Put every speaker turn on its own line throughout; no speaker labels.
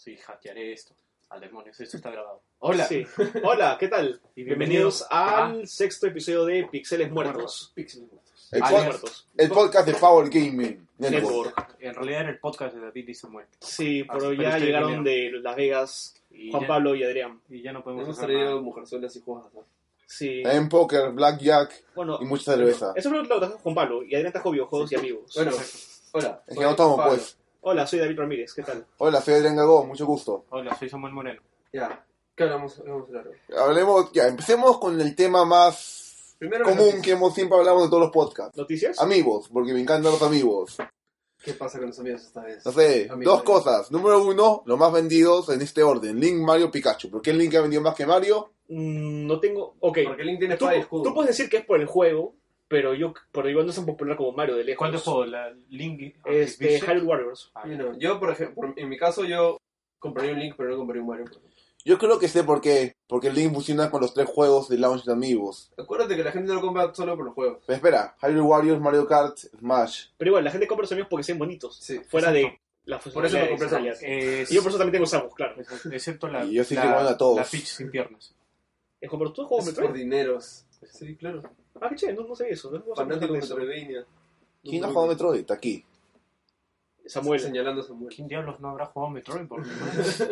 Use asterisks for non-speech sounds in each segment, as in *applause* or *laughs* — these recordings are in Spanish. Sí, hackearé esto. Al demonio, esto está grabado. Hola.
Sí. *laughs* Hola, ¿qué tal?
Y bienvenidos
Bienvenidos al sexto episodio de Pixeles Muertos.
Pixeles muertos.
El,
Ah,
pod-
muertos.
el podcast de Foul Gaming Network.
Network.
En realidad era el podcast de David dice muertos.
Sí,
Ah,
pero
pero
ya
estoy
llegaron de Las Vegas
Y
Juan
ya-
Pablo y Adrián.
Y ya no podemos
Hemos
hacer
traído
nada.
mujerzuelas y juegos de azar.
Sí.
En póker, blackjack
Bueno,
Eh, y mucha cerveza.
eso es lo que trajo Juan Pablo y Adrián trajo videojuegos y amigos.
Bueno, hola.
Es
soy
que no tomo,
Pablo.
pues.
Hola, soy David Ramírez, ¿qué tal?
Hola, soy Adrián Gagó, mucho gusto.
Hola, soy Samuel Moreno.
Ya. ¿Qué hablamos? Hablamos largo.
Hablemos, ya, empecemos con el tema más
Primero,
común
noticias.
que hemos, siempre hablamos de todos los podcasts.
¿Noticias?
Amigos, porque me encantan los amigos.
¿Qué pasa con los amigos esta vez?
No sé,
Amigos.
dos cosas. Número uno, los más vendidos en este orden. Link, Mario, Pikachu. ¿Por qué Link ha vendido más que Mario?
Mm, no tengo... Ok.
Porque Link tiene
Tú,
espada y escudo.
tú puedes decir que es por el juego, pero yo por igual no es tan popular como Mario de lejos.
¿Cuánto juego? ¿La Link?
Eh, pues, Este,
Artificial?
Hyrule Warriors.
Ah,
You know, yo, por ejemplo, en mi caso, yo compraría un Link, pero no compraría un Mario. por ejemplo.
Yo creo que sé por qué. Porque Link funciona con los tres juegos de Launch de amigos.
Acuérdate que la gente lo compra solo por los juegos.
Pero espera, Hyrule Warriors, Mario Kart, Smash.
Pero igual, la gente compra los amigos porque sean bonitos.
Sí.
Fuera
Exacto.
de la
Por eso me
funcionalidad.
compré esa
de-
es-
Y yo por eso también tengo Samus, claro.
Exacto, Excepto la,
Y yo sí que
la,
mando a todos.
la Peach sin piernas.
Es como, pero tú
Es
juegas
por
Metroid.
dineros. Sí, claro.
Ah, qué chévere, no, no sabía eso. No jugaba
Fanático de
Metroid.
Metroidvania.
¿Quién ha
No,
jugado Metroid? Aquí.
*laughs*
Samuel,
Señalando a Samuel.
¿Quién diablos no habrá jugado Metroid? Porque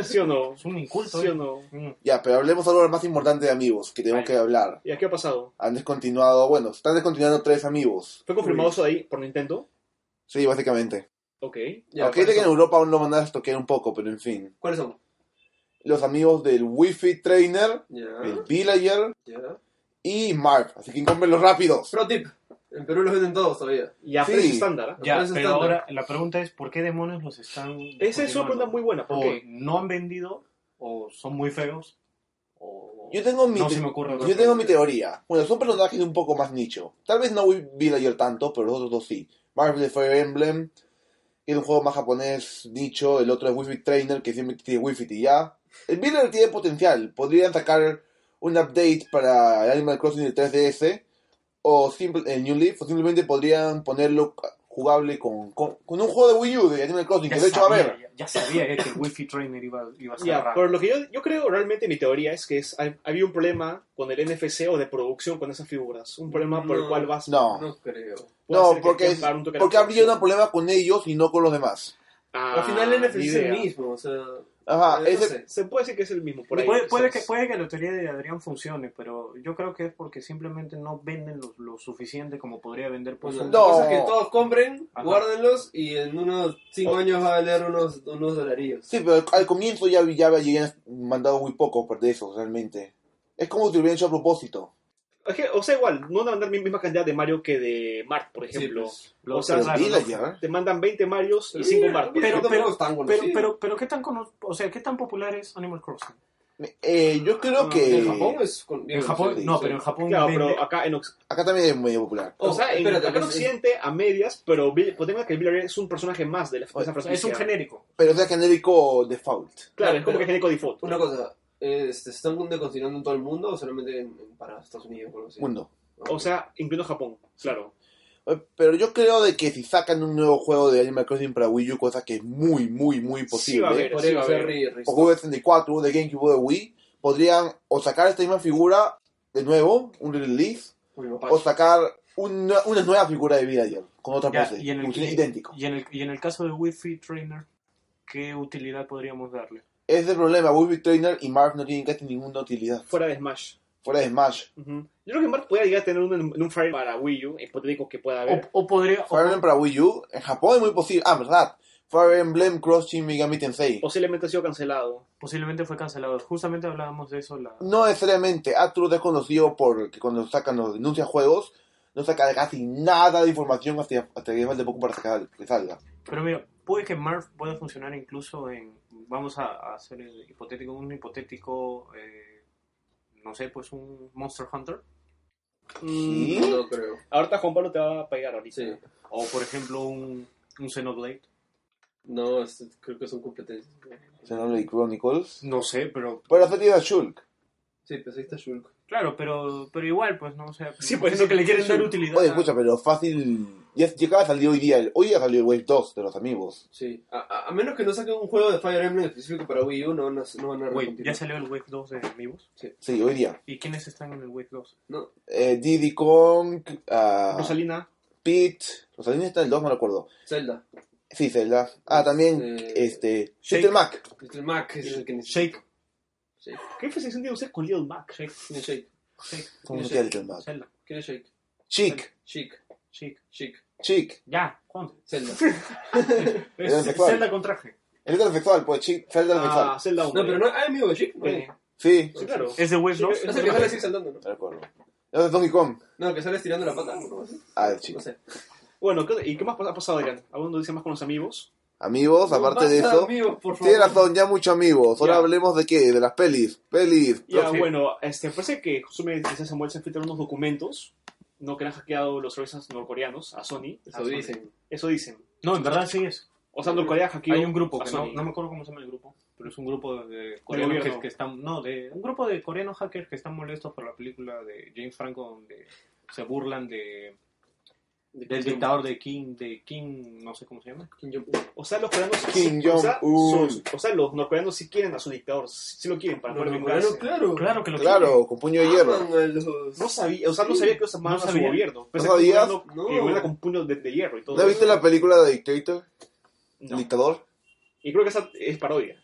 ¿sí o no?
es un inculto.
¿Sí
¿eh?
o no?
Mm.
Ya, pero hablemos de algo más importante de amigos que tengo
Ahí.
que hablar.
¿Y a qué ha pasado?
Han descontinuado, bueno, están descontinuando tres amigos.
¿Fue confirmado eso de ahí por Nintendo?
Sí, básicamente.
Ok.
Ya,
Aunque dice que en
¿cuáles, son?
Europa aún lo van a estoquear un poco, pero en fin.
¿Cuáles son?
Los amigos del Wi-Fi Trainer, el
Ah.
Ya.
Villager
ya.
y Mark. Así que cómprenlos rápidos.
Pro tip. En Perú los venden todos todavía.
Y a
Sí.
precio estándar. ¿ah?
Ya,
Parece
pero
estándar.
ahora la pregunta es, ¿por qué demonios los están...
Esa es
continuando?
una pregunta muy buena,
O
porque
no han vendido, o son muy feos, o...
Yo tengo mi,
No
te-
se me ocurre otra
yo tengo mi
pregunta.
teoría. Bueno, son personajes un poco más nicho. Tal vez no Wi- Villager tanto, pero los otros dos sí. Marvel de Fire Emblem, que es un juego más japonés nicho. El otro es Wi-Fi Trainer, que siempre tiene Wi-Fi y ya. El Villager tiene potencial. Podrían sacar un update para el Animal Crossing de 3DS o simple, el New Leaf, o simplemente podrían ponerlo jugable con, con, con un juego de Wii U de Animal Crossing, que de hecho va a
sabía,
haber.
Ya, ya sabía eh, que el Wi-Fi Trainer iba, iba a ser
Ya,
raro.
pero lo que yo, yo creo realmente, mi teoría es que es, hay- había un problema con el NFC o de producción con esas figuras. Un problema por el
No.
cual vas
No,
No creo.
puede
no,
ser que
porque
tengas
es-
que pagar un toque de
porque habría un
producción.
problema con ellos y no con los demás.
Ah,
Al final el NFC
ni
es el
idea.
mismo, o sea... eh,
Ajá,
no
Ah, ese,
sé.
Se puede decir que es el mismo. Por ahí,
puede, puede que,
quizás.
puede que la teoría de Adrián funcione, pero yo creo que es porque simplemente no venden lo, lo suficiente como podría vender pues, por
Bueno,
su-
Pues No.
La cosa es que todos compren,
Ajá.
guárdenlos y en unos 5 años va a valer unos, unos dolarillos.
Sí, pero al- al comienzo ya, ya habían mandado muy pocos de esos, realmente. Es como si lo hubieran hecho a propósito.
Es que, o sea, igual, no van a mandar mi misma cantidad de Mario que de Mart, por ejemplo.
Sí,
Lo-
o sea,
Pero
claro,
vida
¿no?
ya.
Te mandan 20 Marios y
pues.
5 Mart.
pero-
Tampoco
pero-
es tan
Pero,
conocido.
pero, pero ¿qué tan cono- o sea, qué tan popular es Animal Crossing?
Eh, yo creo
Ah,
que...
En Japón es con-
En Japón,
sí,
no,
sí.
pero en Japón
Claro,
vende-
pero acá en, Ox-
Acá también es medio popular.
o sea, en,
Oh, espérate,
acá en
no sé.
Occidente, a medias, pero Bill- pues tengo que el Villarreal es un personaje más de, la, de esa
o sea, es
franquicia.
un genérico.
Pero sea genérico default.
Claro, es como que
Pero-
genérico default.
Una cosa, eh, ¿se están continuando en todo el mundo o solamente en- en- para Estados Unidos o algo así?
Mundo.
O sea, incluyendo Japón, claro.
Eh, Pero yo creo de que si sacan un nuevo juego de Animal Crossing para Wii U, cosa que es muy, muy, muy
Sí va a
posible.
haber.
Podría
sí, a ver.
ser re- re-
o juego de 64, o de GameCube o de Wii, podrían o sacar esta misma figura de nuevo, un release,
Uy, papá.
o sacar una, una nueva figura de Villager con otra
Ya,
pose.
y en el-
funciona idéntico.
Y en el, y en el caso de Wi-Fi Trainer, ¿qué utilidad podríamos darle?
Es el problema, Wi-Fi Trainer y Mark no tienen casi ninguna utilidad.
Fuera de Smash.
Fuera de Smash.
Ujú. Yo creo que Mart podría llegar a tener uno en, en un Fire para Wii U, hipotético que pueda haber.
O, o podría... o-
Fire Emblem para Wii U, en Japón es muy posible. Ah, verdad. Fire Emblem Cross Shin Megami Tensei.
Posiblemente ha sido cancelado.
posiblemente fue cancelado. Justamente hablábamos de eso la...
No necesariamente. Atlus es conocido porque cuando sacan los denuncia juegos, no saca casi nada de información hasta, hasta que falte poco para sacar- que salga.
Pero mira, puede que Marth pueda funcionar incluso en, vamos a, a hacer el hipotético, un hipotético, eh, no sé, pues un Monster Hunter.
Mm,
¿Sí?
No creo.
Ahorita Juan Pablo te va a pegar ahorita.
Sí.
O por ejemplo un, un Xenoblade.
No, este, creo que son competencias.
Xenoblade Chronicles.
No sé, pero...
Pero eso tiene a Shulk.
Sí, pues ahí está Shulk.
Claro, pero, pero igual, pues no sé.
Sí,
por
pues,
eso que le quieren dar
sí.
utilidad.
Oye,
a-
escucha, pero fácil. Ya, ya acaba de salir hoy día. el- Hoy ya salió el Wave 2 de los amigos.
Sí. A, a- a menos que no saquen un juego de Fire Emblem específico para Wii U, no, van a- no van a
Wait,
recontinuar.
ya salió el Wave 2 de Amigos.
Sí, hoy día.
¿Y quiénes están en el Wave 2?
No,
Eh, Diddy Kong, ah,
Rosalina,
Pete. Rosalina está en el 2, no recuerdo.
Zelda.
Sí, Zelda. Ah, también.
Eh,
Este.
Shake.
Little Mac.
Little Mac es el que necesita.
Shake.
Shake.
¿qué fecesión tiene usted con Little Mac?
Shake,
¿Quién es Shake?
Shake,
¿Cómo
Yo
se llama
sé.
Little Mac?
Zelda,
¿Quién es Shake?
Chic.
Chic,
Shake.
chic,
Chic.
Ya, Juan.
Zelda.
*laughs*
Es
Era sexual.
Zelda con traje.
Es heterosexual, pues Chic. Zelda
Ah,
heterosexual.
Zelda
No, pero no, ah, amigo de Chic. No,
Sí.
Sí,
Sí, claro.
Eh, Es de Wave 2.
Sí,
Hace que sale así saltando, ¿no?
no recuerdo. Entonces Donkey Kong.
No, que sale estirando la pata. No,
Ah, es
no
Chic.
sé.
Bueno, ¿qué- ¿y qué más ha pasado, Adrián? ¿Aún no dice más con los amigos?
Amigos, aparte
Basta,
de eso.
Amigos, por favor.
Tienes razón, ya mucho amigos. Ahora
Ya.
hablemos de qué, de las pelis. Pelis.
Ya,
Próximo.
bueno, este, parece que Josué y Samuel se han filtrado unos documentos, no que han hackeado los servicios norcoreanos a Sony.
Eso dicen.
Eso dicen.
No, en verdad sí es.
O sea, Norcorea hackeó
Hay un grupo
a
que no,
Sony.
no me acuerdo cómo se llama el grupo, pero es un grupo de coreanos
gobierno.
que, que están. No, de un grupo de coreanos hackers que están molestos por la película de James Franco donde se burlan de del dictador de Kim, de Kim, no sé cómo se llama.
Kim Jong-un.
O sea, los coreanos sí-
Kim
o sea,
Jong-un.
son- o sea, los norcoreanos sí quieren a su dictador, sí sí lo quieren para
No,
poder
no,
vengarse.
claro, claro.
Claro que lo quieren.
Claro, con puño de hierro.
Aman a los-
No sabía, o sea, no sabía que los amaban
No
a su
sabía.
gobierno. Pensé
¿No
que
sabías?
gobierno
No.
que gobierna con puños de, de hierro y todo.
¿No viste la película de Dictator?
No.
Dictador.
Y creo que esa es parodia.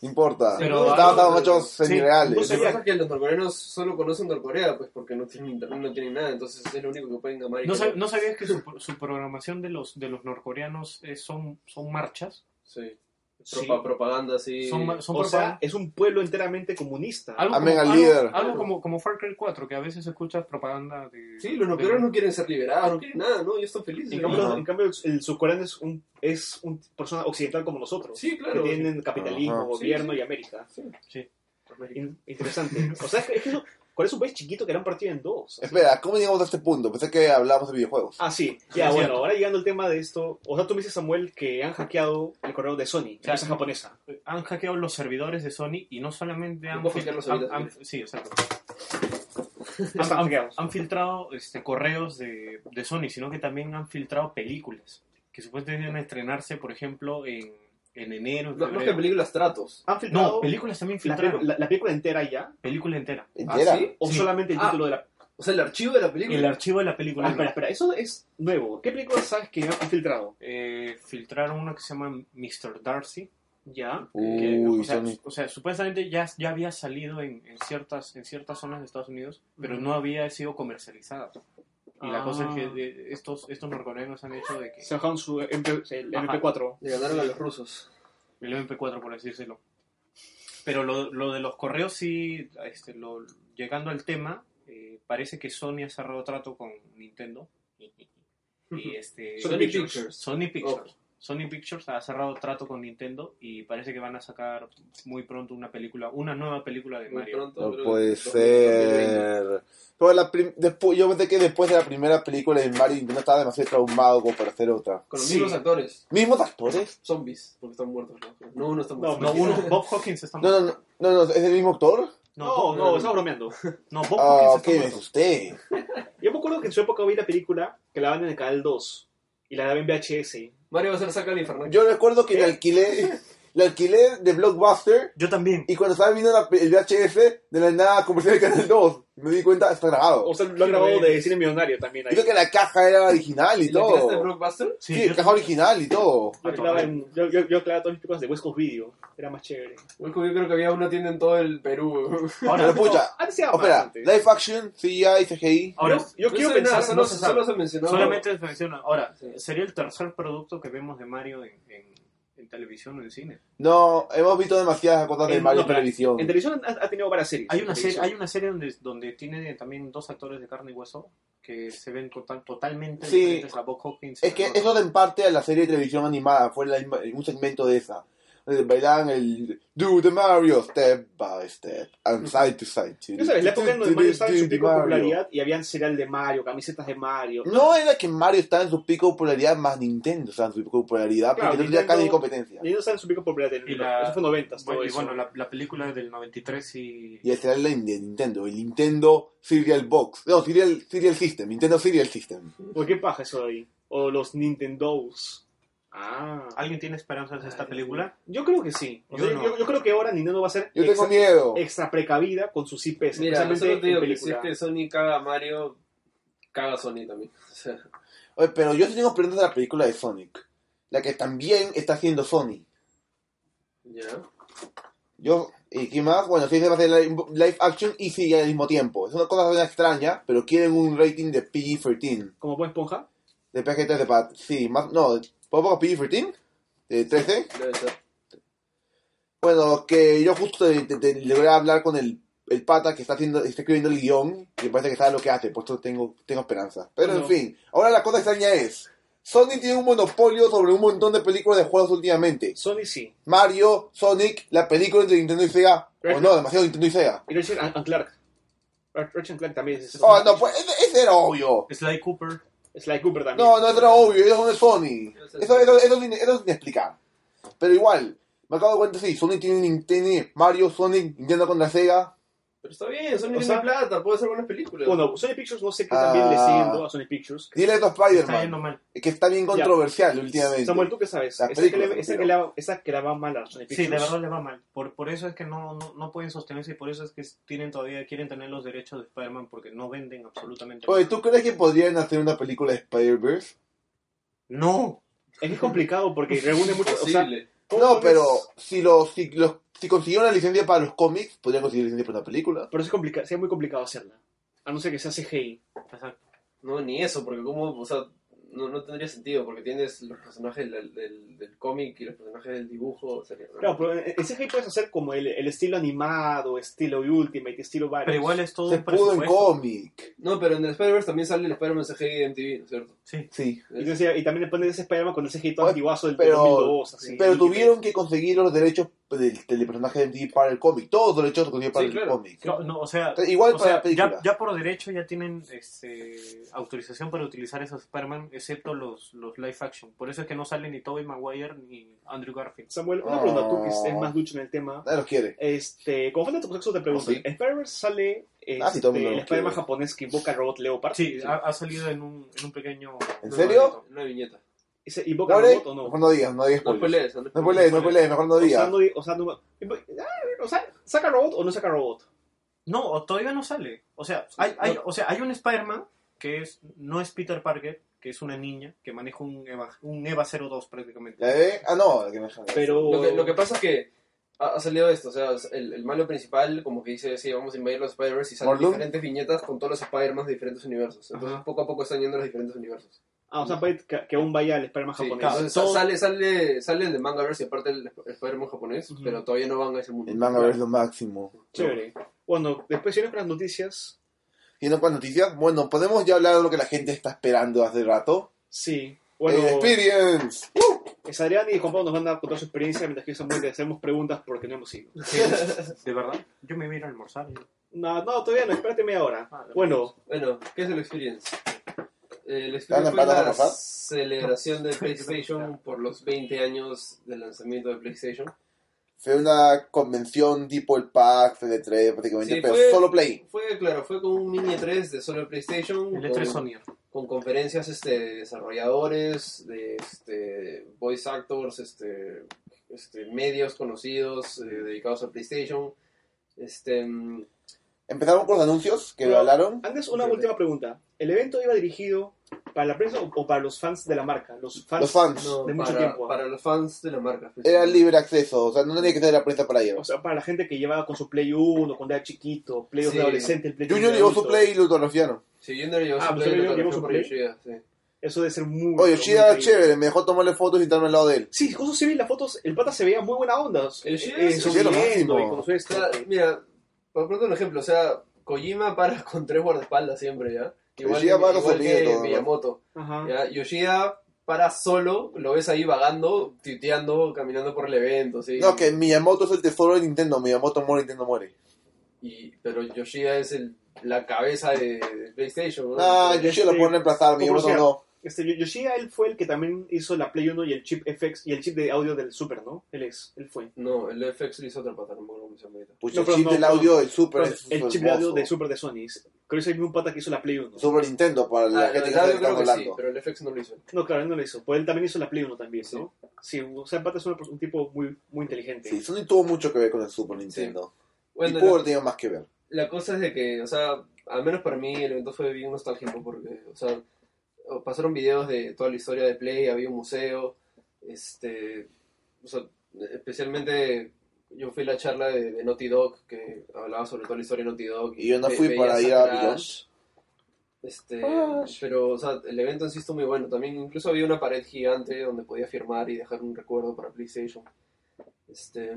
No importa.
Pero-
Estaban estaban machos
Sí,
semireales.
no
Lo que
sabía.
pasa es que los norcoreanos solo conocen Norcorea, pues porque no tienen internet, no tienen nada, entonces es lo único que pueden amar. y
¿No, sab-
querer.
no sabías que su, su programación de los de los norcoreanos es- son, son marchas?
Sí.
Sí.
Propa- Propaganda, sí.
Son, ma- son
o sea,
propagan-
es un pueblo enteramente comunista.
algo
Amen
como,
al
algo,
líder.
algo como, como Far Cry 4, que a veces escuchas propaganda de...
Sí,
de-
los norcoreanos no quieren ser liberados, no quieren nada, ¿no? Ellos están felices.
En cambio,
Ajá.
en cambio, el surcoreano es un, es un persona occidental como nosotros.
Sí, claro.
Que tienen capitalismo,
Ajá.
gobierno
Sí,
y América.
Sí.
In- interesante. o sea, es que, es que eso- Corea es un país chiquito que era un partido en dos. Así-
Espera, ¿cómo llegamos a este punto? Pensé que hablábamos de videojuegos.
Ah, sí. Ya,
Es
bueno,
cierto.
ahora llegando al tema de esto. O sea, tú me dices, Samuel, que han hackeado el correo de Sony,
Claro.
empresa japonesa.
han hackeado los servidores de Sony y no solamente han,
Puedo hackear los servidores,
han- han- sí, exacto.
Están
han-
hackeados.
Han filtrado este, correos de, de Sony, sino que también han filtrado películas que supuestamente iban a estrenarse, por ejemplo, en, en enero, en
No, no es
febrero.
que en películas
Ah,
tratos.
¿Han
No,
filtrado
películas también
la,
filtraron.
película- la- la película entera ya?
Película entera.
¿Entera?
¿Ah, sí?
¿O
Sí.
solamente el
Ah.
título de la
O sea, el archivo de la película.
El archivo de la
Ah,
película.
espera, espera, eso es nuevo. ¿Qué películas sabes que han filtrado?
Eh, filtraron una que se llama Mr. Darcy.
Ya.
que,
Uy,
o, sea,
Sony.
o sea, supuestamente ya, ya había salido en, en ciertas, en ciertas zonas de Estados Unidos, pero no había sido comercializada. Y la
Ah.
cosa es que de- estos, estos norcoreanos han hecho de que
Se bajaron su MP, el
Ajá.
MP4.
Le ganaron a los rusos.
el MP4, por así decirlo. Pero lo, lo de los correos sí, este, lo- llegando al tema, eh, parece que Sony ha cerrado trato con Nintendo. Y este,
Sony Pictures.
Sony Pictures. Sony Pictures ha cerrado trato con Nintendo y parece que van a sacar muy pronto una película, una nueva película de
Muy
Mario.
pronto,
No
creo que
puede
2020.
ser. Pero la prim- después, yo pensé que después de la primera película de Mario Nintendo estaba demasiado traumado como para hacer otra.
Con los
Sí.
mismos actores.
¿Mismos actores?
Zombies, porque están muertos. ¿no? No, no están
No,
muertos.
No, uno, Bob Hawkins está
No, no, no, no, no, ¿es el mismo actor?
No, no,
Bob-
no, no.
estaba bromeando.
no,
Oh,
Bob
Ah,
Hawkins
ok,
está
me
muerto.
asusté.
Yo me acuerdo que en su época vi la película que la daban en el canal 2 y la daban en VHS.
*laughs* Mario va a ser saca el infernal.
Yo recuerdo que le alquilé, le alquilé de Blockbuster
Yo también.
y cuando estaba viendo la, el VHS, de la nada conversé en el canal 2. Me di cuenta, está grabado.
O sea, lo han grabado de cine millonario también
Y
ahí.
creo que la caja era original y
¿Y la tiraste de
todo.
Blockbuster?
Sí,
yo-
caja original y todo.
Yo alquilaba en- yo- yo- yo alquilaba todas mis películas de Huescos Video. Era más chévere.
Uy, como Yo creo que había una tienda en todo
*laughs*
el Perú.
Ahora,
Pero pucha,
Antes se daba más
Ah, espera,
antes.
live action, CGI, CGI.
ahora
Yo- yo
No
quiero
se ve
pensar,
nada, solo,
no se sabe.
solo se mencionó.
Solamente se menciona. Ahora,
Sí.
sería el tercer producto que vemos de Mario en, en- en en televisión o en cine.
No, hemos visto demasiadas cosas de
En-
Mario
no,
en
pero-
televisión.
En televisión ha, ha tenido varias series.
Hay una
En
serie,
televisión.
hay una serie donde, donde tiene también dos actores de carne y hueso que se ven total, totalmente
Sí.
diferentes a Bob Hawkins. Ah, y
Es que
a-
eso de en parte a la serie de televisión animada, fue la misma- un segmento de esa. Donde Bailaban el Do the Mario step by step
Mm.
and side to side.
Tú sabes, la época en donde
Do, do,
Mario estaba en
do,
su
do,
pico de
Mario.
popularidad y habían cereal de Mario, camisetas de Mario.
No era que Mario estaba en su pico de popularidad, más Nintendo estaba en su pico de popularidad,
Claro,
porque no tenía
Nintendo-
casi competencia.
Y no estaba en su pico de popularidad. en-
Y la-
Eso fue 90, todo
Bueno, y
eso.
bueno, la, la película del 93 y...
Y ese era el de Nintendo, el Nintendo Serial Box. No, Serial, Serial System, Nintendo Serial System.
¿Por Pues, qué paja eso de ahí? O los Nintendos. Ah.
¿Alguien tiene esperanzas de
Ah,
esta película?
Yo creo que sí. O
Yo
sea, yo,
no.
yo creo que ahora Nintendo va a ser
Yo tengo
extra,
miedo.
extra precavida con sus IPs.
Mira, no
especialmente
solo te
en
digo que si es
película.
que Sony caga a Mario, caga a Sony también. *laughs* O sea,
Oye, pero yo sí tengo esperanza de la película de Sonic. La que también está haciendo Sony.
ya.
Yo, ¿y qué más? Bueno, sí se va a hacer live live action y sigue al mismo tiempo. Es una cosa bien extraña, pero quieren un rating de PG-13.
Como Bob Esponja.
De PG-13 de Pat. Sí, más, no, ¿puedo poner PG-13? De 13.
Debe ser.
Bueno, que yo justo te- te- te logré hablar con el, el pata que está haciendo, está escribiendo el guión y me parece que sabe lo que hace, por eso tengo, tengo esperanza. Pero
No.
en fin, ahora la cosa extraña es, Sony tiene un monopolio sobre un montón de películas de juegos últimamente.
Sony sí.
Mario, Sonic, la película entre Nintendo y Sega, o no, demasiado Nintendo y Sega.
Y Ratchet and and Clark. Ra- Ratchet and Clark también es. es-
Oh, no, pues ese, ese era obvio.
Sly Cooper.
Sly Cooper también.
No, no, eso era obvio, ellos son de Sony.
Yo sé.
Eso, eso, eso, sin- eso sin explicar. Pero igual, me acabo de cuenta, sí, Sony tiene Nintendo, Mario, Sonic, Nintendo contra Sega.
Pero está bien, Sony
O
tiene
sea-
plata, puede hacer buenas películas.
Bueno, Sony Pictures no sé qué también le
Ah.
siguen dando a Sony Pictures.
Dile esto a
Está yendo
Spider-Man,
mal.
que está bien controversial últimamente.
Samuel, ¿tú qué sabes?
La
Esa que,
película,
le,
me
esa, que la, esa que la va mal a Sony
Sí,
Pictures.
de verdad le va mal. Por, por eso es que no, no, no pueden sostenerse y por eso es que tienen todavía quieren tener los derechos de Spider-Man porque no venden absolutamente
Oye,
nada.
¿tú crees que podrían hacer una película de Spider-Verse?
No.
Es que es complicado porque reúne mucho. O sea,
Posible.
¿cómo
No,
pones-
pero si los, si los si consiguieron la licencia para los cómics, podrían conseguir licencia para una película.
Pero es complicado, sería muy complicado hacerla. A no ser que sea CGI.
Exacto.
No, ni eso, porque como, o sea, no, no tendría sentido, porque tienes los personajes del, del, del cómic y los personajes del dibujo, o sea, que-
Claro, pero eh, en en CGI puedes hacer como el, el estilo animado, estilo Ultimate, estilo varios.
Pero igual es todo
Se
un
pudo en
presupuesto.
pues.
cómic.
No, pero en el Spider-Verse también sale el Spider-Man CGI de MTV, ¿no es cierto?
Sí.
Sí.
Y, entonces- y también le pones ese Spider-Man con ese hito
Oye,
antiguazo del
pero-
2002. Así,
Pero
el que-
tuvieron que conseguir los derechos del, del personaje de MTV para el cómic. Todos los derechos los consiguieron para
Sí,
el
claro.
cómic.
No, no, o sea,
Entonces, Igual
o
para
sea,
la película.
ya, ya por derecho ya tienen este, autorización para utilizar esos Spider-Man, excepto los, los live action. Por eso es que no salen ni Tobey Maguire ni Andrew Garfield.
Samuel, una
Oh.
pregunta tú que es- es más ducho en el tema.
Nadie los quiere.
Este, como fan de tu sexo te pregunto,
Oh, sí.
¿Spider-Man sale
Ah, sí,
este,
todo el mundo
el
lo
Spider-Man
quiere.
japonés que invoca al robot Leopard?
Sí,
ah.
ha, ha salido en un, en un pequeño...
¿En serio?
Una viñeta.
¿Y se-
¿No
¿Invoca al
hablé?
robot o no?
Mejor no digas, no digas.
No
spoilers.
spoilees, no
No spoilees, no spoilees, mejor no
O sea,
digas.
no, di- o sea, no, ah, o sea, ¿saca robot o no saca robot?
No, o todavía no sale. O sea, hay, hay- o sea, hay un Spider-Man que es, no es Peter Parker, que es una niña que maneja un Eva, un Eva 02 prácticamente.
¿La de? Ah, no, la que me dejaron.
Pero
Lo que, lo que pasa es que ha, ha salido esto, o sea, el, el malo principal como que dice, sí, vamos a invadir los Spider-Verse y salen
Morlun.
diferentes viñetas con todos los Spider-Man de diferentes universos. Entonces
Ajá.
poco a poco están yendo a los diferentes universos.
Ah, o sea, puede que, que aún vaya el Spider-Man
Sí,
japonés.
entonces,
Todo-
sale, sale, sale el de Mangaverse y aparte el Sp- Spider-Man japonés,
Ujú.
pero todavía no van a ese mundo.
El manga es lo máximo.
Chévere. Bueno, después vienen con las noticias.
¿Y no con noticias? Bueno, podemos ya hablar de lo que la gente está esperando hace rato.
Sí. Bueno,
El Experience.
es Adrián y Juan Pablo nos van a contar su experiencia mientras que yo y Samuel le hacemos preguntas porque no hemos ido.
Sí, de verdad. Yo me miro a almorzar. y-
No, no, todavía no, espérate media hora.
Ah,
Bueno,
Bueno, ¿qué es el Experience? Eh, El
¿Están
Experience
en
fue
pata
la
para rajar?
celebración de
*laughs*
PlayStation por los 20 años del lanzamiento de PlayStation.
Fue una convención tipo el PAX, el E3, prácticamente,
Sí,
pero
fue-
solo Play.
Fue, claro, fue con un mini 3 de solo PlayStation.
E
El E3
con-
Sonier.
con conferencias este desarrolladores de este voice actors este, este medios conocidos eh, dedicados a PlayStation este mm,
Empezaron con los anuncios que lo
Pero-
hablaron.
antes una última pregunta. ¿El evento iba dirigido para la prensa o, o para los fans de la marca? Los fans.
Los fans.
no,
de mucho
para,
tiempo.
para los fans de la marca
Era libre acceso, o sea, no tenía que ser la prensa para ellos.
O sea, para la gente que llevaba con su Play 1, cuando era chiquito, Play 2
Sí.
de adolescente, el Play 3
Junior
de
llevó su
adulto.
Play y lo autografiaron.
si yo no llevaba
Ah,
su
pues
Play,
yo
lo
llevo
conocí
su
por
Play.
Yoshida, sí.
Eso debe ser muy.
Oye,
muy
Yoshida era
increíble.
chévere, me dejó tomarle fotos y sentarme al lado de él.
Sí, justo se vi en las fotos, el pata se veía muy buena onda.
El Yoshida
Eh,
es-
sonriendo
Yoshida.
y este. con su
O
esto.
sea, mira, por pronto un ejemplo, o sea, Kojima para *laughs* con tres guardaespaldas siempre, ¿ya? Igual,
Yoshida
que-
para
igual
sorprendido
que
todo, ¿no?
Miyamoto,
Ajá.
¿ya? Yoshida para solo, lo ves ahí vagando, tuiteando, caminando por el evento, ¿sí?
No, que Miyamoto es el tesoro de Nintendo. Miyamoto muere, Nintendo muere.
Y, pero Yoshida es el, la cabeza de, de PlayStation, ¿no?
Ah,
Entonces,
Yoshida lo pueden reemplazar, Miyamoto
sea.
no.
Este, Yoshida, él fue el que también hizo la Play 1 y el chip FX y el chip de audio del Super, ¿no? Él es, él fue.
No, el FX lo hizo otra pata, no me acuerdo cómo se llama ahorita.
Pucha,
No,
el
pero
chip
no,
del
pero-
audio del Super
Pero
es
el chip de
hermoso.
audio de Super de Sony. Creo que es el mismo pata que hizo la Play 1.
Super Nintendo, para la
Ah,
gente
el
que no
audio
está
creo que sí,
hablando.
pero el FX no lo hizo.
No, claro, él no lo hizo. Pues él también hizo la Play 1 también, ¿no? Sí, o sea, el pata es un, un tipo muy, muy inteligente.
Sí, Sony tuvo mucho que ver con el Super Nintendo.
Bueno,
y
la-
Power tenía más que ver.
la cosa es de que, o sea, al menos para mí el evento fue bien nostálgico porque, o sea, pasaron videos de toda la historia de Play, había un museo, este, o sea, especialmente yo fui a la charla de, de Naughty Dog que hablaba sobre toda la historia de Naughty Dog.
Y yo no
Ve-
fui para
veías
ir a
Crash,
Billions.
Este, pero, o sea, el evento en sí estuvo muy bueno. También incluso había una pared gigante donde podía firmar y dejar un recuerdo para PlayStation. Este,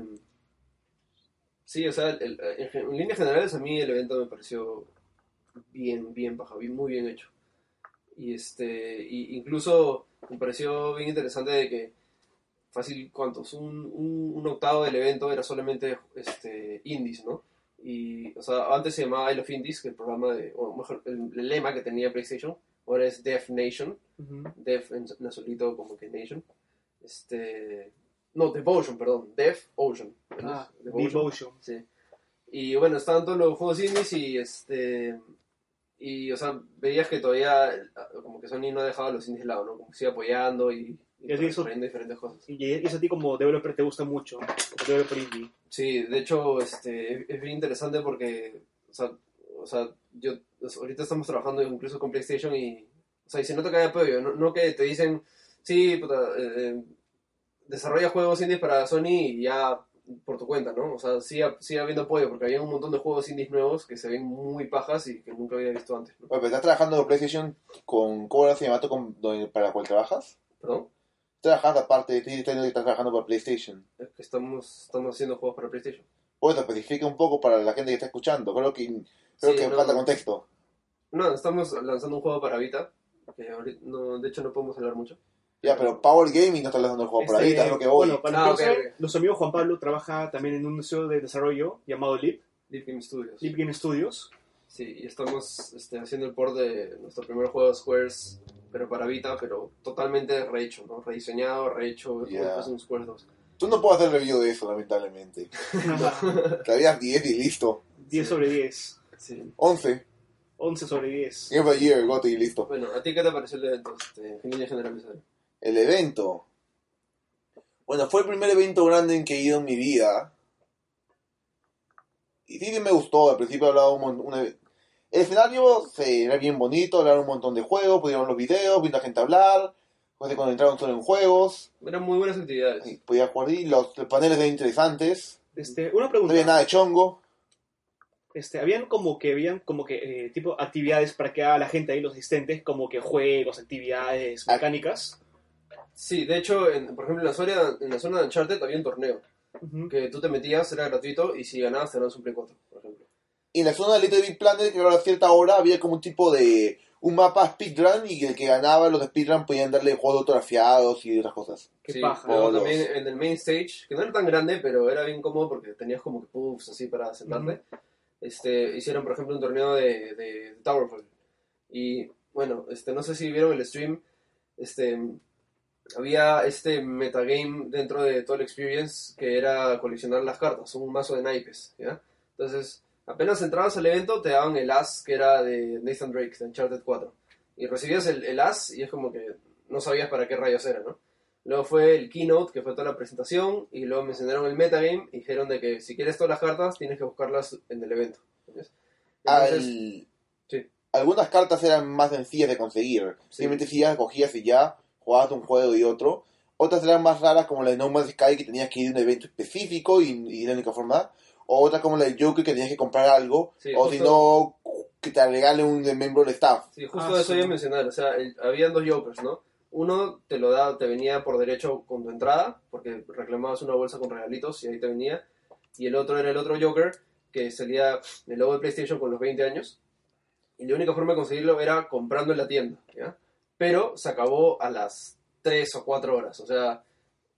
sí, o sea, el- en, gen- en líneas generales a mí el evento me pareció bien, bien baja, bien, muy bien hecho. Y este, y incluso me pareció bien interesante de que fácil cuántos, un, un, un octavo del evento era solamente este, indies, ¿no? Y, o sea, antes se llamaba Isle of Indies, que el programa de, o mejor, el, el lema que tenía PlayStation, ahora es Deaf Nation,
Ujú.
Deaf en, en solito como que Nation, este, no, Devotion, perdón, Deaf Ocean,
Ah,
¿no?
Devotion.
Sí. Y bueno, estaban todos los juegos indies y este. Y, o sea, veías que todavía, eh, como que Sony no ha dejado a los indies de lado, ¿no? Como que sigue apoyando y, y
Y así hizo-
trayendo diferentes cosas.
Y eso a ti como developer te gusta mucho, como developer indie.
Sí, de hecho, este, es- es bien interesante porque, o sea, o sea, yo, o sea, ahorita estamos trabajando incluso con PlayStation y, o sea, y se nota que hay apoyo, no, no que te dicen, sí, puta, eh, eh, desarrolla juegos indies para Sony y ya por tu cuenta, ¿no? O sea, sigue, sigue habiendo apoyo porque había un montón de juegos indies nuevos que se ven muy pajas y que nunca había visto antes, ¿no?
Oye, pero estás trabajando con PlayStation con ¿cómo era el Cinemato con, donde- para la cual trabajas.
Perdón,
Trabajas aparte de ti, estás estás trabajando para PlayStation.
es que estamos, estamos haciendo juegos para PlayStation.
Pues especifica un poco para la gente que está escuchando. Creo que, creo
Sí,
que
no.
falta contexto.
No, estamos lanzando un juego para Vita, que ahorita- no, de hecho no podemos hablar mucho.
Ya, pero Power Gaming no está lanzando el juego para
Este,
ahorita, es lo que voy.
Bueno, para
Ah,
los que no
ok,
saben,
ok.
nuestro amigo Juan Pablo trabaja también en un museo de desarrollo llamado Leap,
Deep Game Studios.
Leap Game Studios.
Sí, y estamos este, haciendo el port de nuestro primer juego Squares, pero para Vita, pero totalmente rehecho, ¿no? Rediseñado, rehecho, es
Ya.
como si fuese un Squares 2.
Tú no puedo hacer review de eso, lamentablemente. Te habías 10 y listo.
10 sobre 10,
Sí.
11.
11 sobre 10.
Game of the Year, Gotti y listo.
Bueno, ¿a ti qué te pareció el evento, este, en líneas generales? Adri?
El evento. Bueno, fue el primer evento grande en que he ido en mi vida. Y sí, sí me gustó. Al principio hablaba un montón. una- El escenario se, era bien bonito, hablaron un montón de juegos, pudieron ver los videos, viendo a gente hablar. Pues se concentraron solo en juegos.
Eran muy buenas actividades.
y Podía jugar y los paneles eran interesantes.
Este, una
No había
pregunta.
nada de chongo.
Este, habían como que habían como que eh, tipo actividades para que haga la gente ahí los asistentes, como que juegos, actividades
Ah.
mecánicas.
Sí, de hecho, en- por ejemplo, en la, zona, en la zona de Uncharted había un torneo,
Ujú.
que tú te metías, era gratuito, y si ganabas, te ganabas un Play 4, por ejemplo.
Y en la zona de Little Big Planet, que era a cierta hora, había como un tipo de. un mapa speedrun y el que ganaba los de speedrun podían darle juegos autografiados y otras cosas.
Qué
sí,
paja.
luego
Bolos.
también en el main stage, que no era tan grande, pero era bien cómodo porque tenías como que puffs así para sentarte. este, hicieron, por ejemplo, un torneo de, de Towerfall. Y bueno, este, no sé si vieron el stream. Este, había este metagame dentro de todo el experience que era coleccionar las cartas, un mazo de naipes. ¿ya? Entonces, apenas entrabas al evento, te daban el as que era de Nathan Drake, de Uncharted 4. Y recibías el, el as y es como que no sabías para qué rayos era, ¿no? Luego fue el keynote, que fue toda la presentación, y luego mencionaron el metagame y dijeron de que si quieres todas las cartas, tienes que buscarlas en el evento. ¿entiendes?
Ah,
Entonces,
Al-
sí.
Algunas cartas eran más sencillas de conseguir.
Sí.
Simplemente si ya cogías y ya, jugabas un juego y otro. Otras eran más raras, como la de No Man's Sky, que tenías que ir a un evento específico y, y era la única forma. O otras como la de Joker, que tenías que comprar algo.
Sí,
o
justo-
si no, que te regale un miembro del staff.
Sí, justo
Ah,
eso
sí.
iba a mencionar. O sea, el- habían dos jokers, ¿no? Uno te lo da, te venía por derecho con tu entrada, porque reclamabas una bolsa con regalitos y ahí te venía. Y el otro era el otro joker, que salía el logo de PlayStation con los 20 años. Y la única forma de conseguirlo era comprando en la tienda, ¿ya? Pero se acabó a las 3 o 4 horas, o sea,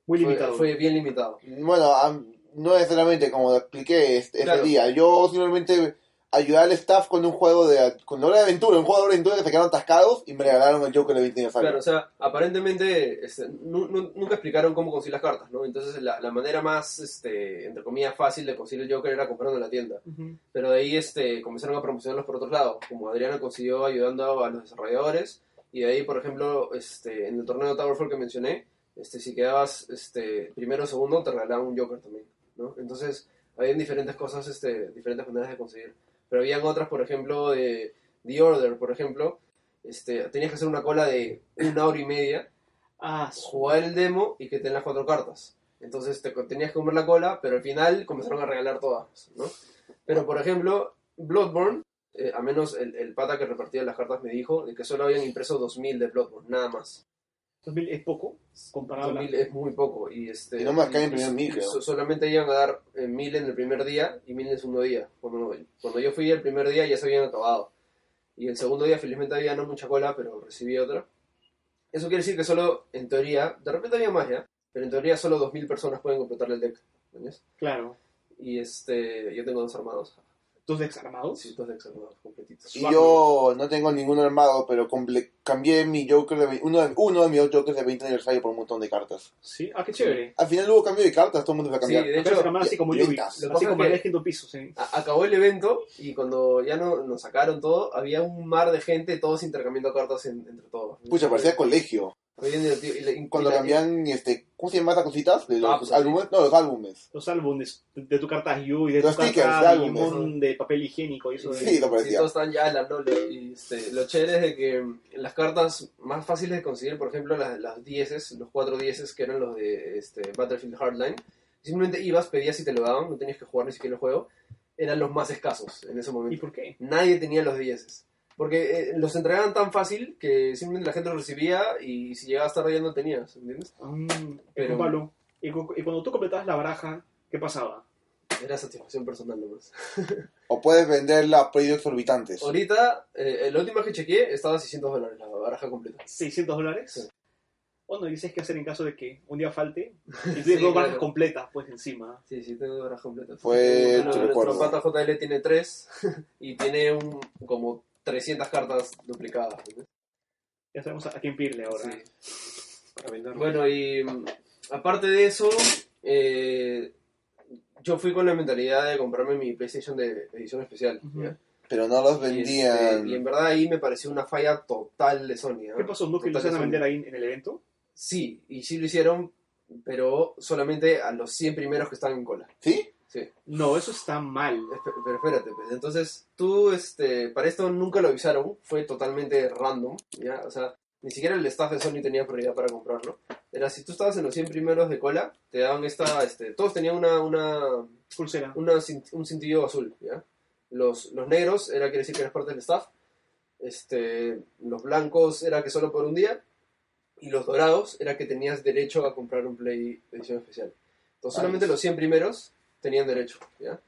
Muy
fue,
limitado.
fue bien limitado.
Bueno, a- no necesariamente como expliqué es- ese
Claro.
día. Yo simplemente ayudé al staff con un juego de. con Hora de Aventura, un juego de Hora de Aventura que se quedaron atascados y me regalaron el Joker de 20 años.
Claro, o sea, aparentemente este, nu- nu- nunca explicaron cómo conseguir las cartas, ¿no? Entonces la, la manera más, este, entre comillas, fácil de conseguir el Joker era comprando en la tienda.
Ujú.
Pero de ahí este, comenzaron a promocionarlos por otros lados, como Adriana consiguió ayudando a los desarrolladores. Y de ahí, por ejemplo, este, en el torneo Towerfall que mencioné, este, si quedabas este, primero o segundo, te regalaban un Joker también, ¿no? Entonces, habían diferentes cosas, este, diferentes maneras de conseguir. Pero habían otras, por ejemplo, de The Order, por ejemplo, este, tenías que hacer una cola de una hora y media,
Ah, su-
jugar el demo y que te den las cuatro cartas. Entonces te co- tenías que comer la cola, pero al final comenzaron a regalar todas, ¿no? Pero por ejemplo, Bloodborne, eh, a menos el, el pata que repartía las cartas me dijo de que solo habían impreso 2000 de Bloodborne, nada más.
2000 es poco comparado a la-
2000 es muy poco y este
Y no más que
y-
hayan imprimido 1000, creo.
so- solamente iban a dar eh, 1000 en el primer día y 1000 en el segundo día. Cuando, cuando yo fui el primer día ya se habían acabado. Y el segundo día felizmente había no mucha cola, pero recibí otra. Eso quiere decir que solo, en teoría, de repente había más ya, pero en teoría solo 2000 personas pueden completar el deck. ¿entiendes?
Claro.
Y este, yo tengo dos armados.
¿Dos decks armados?
Sí, dos decks armados completitos.
Y yo no tengo ninguno armado, pero comple- cambié mi Joker de ve- uno, de, uno de mis dos Jokers de 20 aniversario por un montón de cartas.
Sí. Ah, qué chévere.
Al final hubo cambio de cartas, todo el mundo se va a
Sí,
cambiar.
de
Pero se
hecho,
llamaban así como
directas.
Yubix,
Lo que
así
pasa
como
es que- Ah.
el Legend of Pieces, ¿eh?
A- acabó el evento y cuando ya no, nos sacaron todo, había un mar de gente, todos intercambiando cartas en- entre todos.
Pucha, parecía colegio.
Fue bien divertido. Y la- y
Cuando
la-
cambian, este, ¿cómo se llama esas cositas? De
Ah,
los
pues,
álbumes, no, los álbumes.
Los álbumes de, de tu carta Yu y de
Los
tu
stickers de
carta
álbumes,
Digimon de papel higiénico y eso. de-
Sí, lo
Sí,
parecía.
todos están ya en la Lolo. Y este, lo chévere es de que mm, las cartas más fáciles de conseguir, por ejemplo, las, las 10, los 4 10 que eran los de este, Battlefield Hardline, simplemente ibas, pedías y te lo daban, no tenías que jugar ni siquiera el juego, eran los más escasos en ese
¿Y
momento.
por qué?
Nadie tenía los 10. Porque eh, los entregaban tan fácil que simplemente la gente los recibía y si llegabas tarde ya no tenías, ¿entiendes?
pero...
Pero-
Pablo, y, cu- y cuando tú completabas la baraja, ¿qué pasaba?
Era satisfacción personal nomás.
O puedes venderla a precios exorbitantes.
Ahorita, eh, la última que chequeé estaba a 600 dólares la baraja completa.
¿600 dólares?
Sí.
Bueno, dices qué hacer en caso de que un día
*laughs*
falte y tú
Sí,
tienes dos barajas
claro.
completas pues encima.
Sí, sí, tengo baraja completa.
Fue
Bueno,
tu
nuestro
recuerdo.
pata JL tiene tres *laughs* y tiene un, como 300 cartas duplicadas. ¿no?
Ya sabemos a, a quién pedirle ahora.
Sí.
para venderlo.
Bueno, y mm, aparte de eso, eh, yo fui con la mentalidad de comprarme mi PlayStation de edición especial.
Ujú.
¿ya?
Pero no los
Y, este,
vendían.
y en verdad ahí me pareció una falla total de Sony. ¿ah?
¿Qué pasó? ¿No que lo
Total
iban
de
a
Sony.
vender ahí en el evento?
Sí, y sí lo hicieron, pero solamente a los 100 primeros que estaban en cola.
¿Sí?
Sí.
No, eso está mal.
Espe- Pero espérate, pues, entonces tú, este, para esto nunca lo avisaron, fue totalmente random, ¿ya? O sea, ni siquiera el staff de Sony tenía prioridad para comprarlo. Era si tú estabas en los 100 primeros de cola, te daban esta, este, todos tenían una, una,
Pulsera.
una cin- un cintillo azul, ¿ya? Los, los negros era quiere decir que eras parte del staff, este, los blancos era que solo por un día, y los dorados era que tenías derecho a comprar un Play edición especial. Entonces
Ah,
solamente
sí.
los 100 primeros tenían derecho, ¿ya?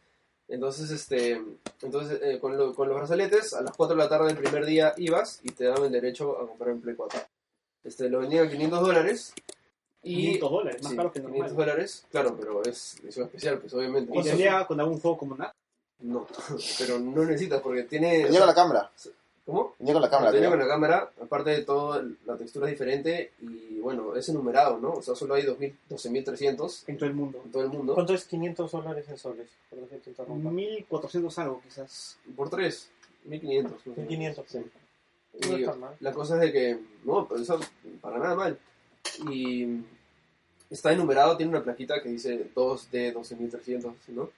Entonces, este, entonces eh, con, lo- con los brazaletes, a las 4 de la tarde del primer día ibas y te daban el derecho a comprar un Play 4. Este, lo vendían a 500 dólares y...
500 dólares, más
sí,
caro que
500
normal.
dólares, claro, pero es edición especial, pues obviamente.
¿Y tenía con algún juego como nada?
No, *laughs* pero no necesitas porque tiene.
Venía con la cámara.
¿Cómo?
Venía con la cámara,
Lo tenía
creo.
con la cámara, aparte de todo, la textura es diferente y bueno, es enumerado, ¿no? O sea, solo hay 2000 12.300
En todo el mundo.
en todo el mundo.
¿Cuánto es 500 dólares en soles? Perdón que te interrumpa.
1400 algo quizás.
Por 3, 1.500. más o menos.
1500.
Sí.
No
Y
está mal.
la cosa es de que, no, pero eso para nada mal. Y está enumerado, tiene una plaquita que dice 2D, 12.300, ¿no?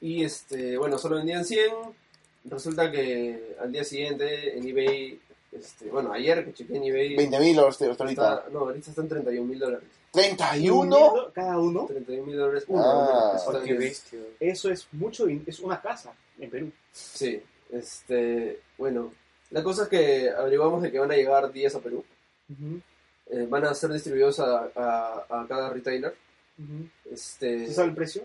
Y este, bueno, solo vendían 100. Resulta que al día siguiente en eBay, este, bueno, ayer que chequeé en eBay,
20.000 hasta hasta ahorita.
está- no, ahorita están 31 mil dólares.
¿31?
Cada uno.
31 mil dólares,
Ah,
uno, uno, pesos
Ay, qué
estadounidenses.
bestia.
Eso es mucho, din- es una casa en Perú.
Sí, Este, bueno, la cosa es que averiguamos de que van a llegar 10 a Perú.
Ujú,
Eh, van a ser distribuidos a, a- a cada retailer.
ujú.
Este,
¿Se sabe el precio?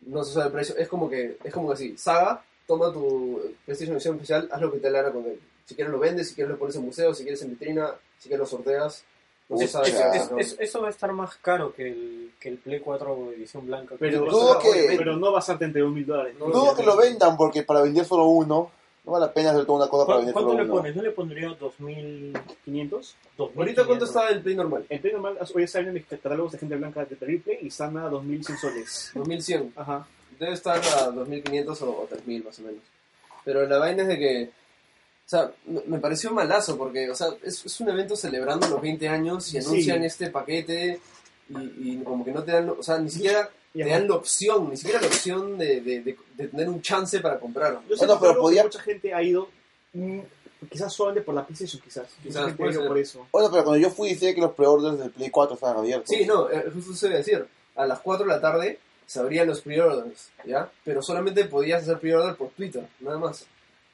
no se sabe el precio. Es como que, es como que así, saga, toma tu PlayStation Edition especial, haz lo que te dé la gana con él. Si quieres lo vendes, si quieres lo pones en museo, si quieres en vitrina, si quieres lo sorteas. No se
Es-
sabe.
es-
nada,
es-
¿no?
Es- eso va a estar más caro que el, que el Play 4 edición blanca.
Pero,
Dudo
o sea,
que-
oye, pero no va a ser 31 mil dólares.
No,
Dudo que lo vendan porque para vender solo uno, no vale la pena hacer toda una cosa para
¿Cu-
vender
¿Cuánto le
solo uno.
pones? ¿No le pondría 2000?
500.
Ahorita, ¿cuánto está el Play normal?
El precio normal, hoy salen en mis catálogos de gente blanca de Replay y están a 2.100 soles.
2100.
Ajá.
Debe estar a 2500 o, o 3000 más o menos. Pero la vaina es de que. O sea, me me pareció malazo porque, o sea, es, es un evento celebrando los 20 años y
Sí.
anuncian este paquete y, y como que no te dan, o sea, ni siquiera
Y
te
ajá.
dan la opción, ni siquiera la opción de, de- de- de tener un chance para comprarlo.
Yo sé
Bueno,
que
pero
creo que
podía-
mucha gente ha ido, mm, quizás solamente por la PlayStation, quizás.
Quizás,
Quizás gente
puede
ha ido
ser.
por eso.
Bueno, pero cuando yo fui decía que los preorders del Play 4 estaban abiertos.
Sí, no, eh, justo se iba a decir, a las 4 de la tarde se abrían los pre-orders, ¿ya? Pero solamente podías hacer pre-order por Twitter, nada más.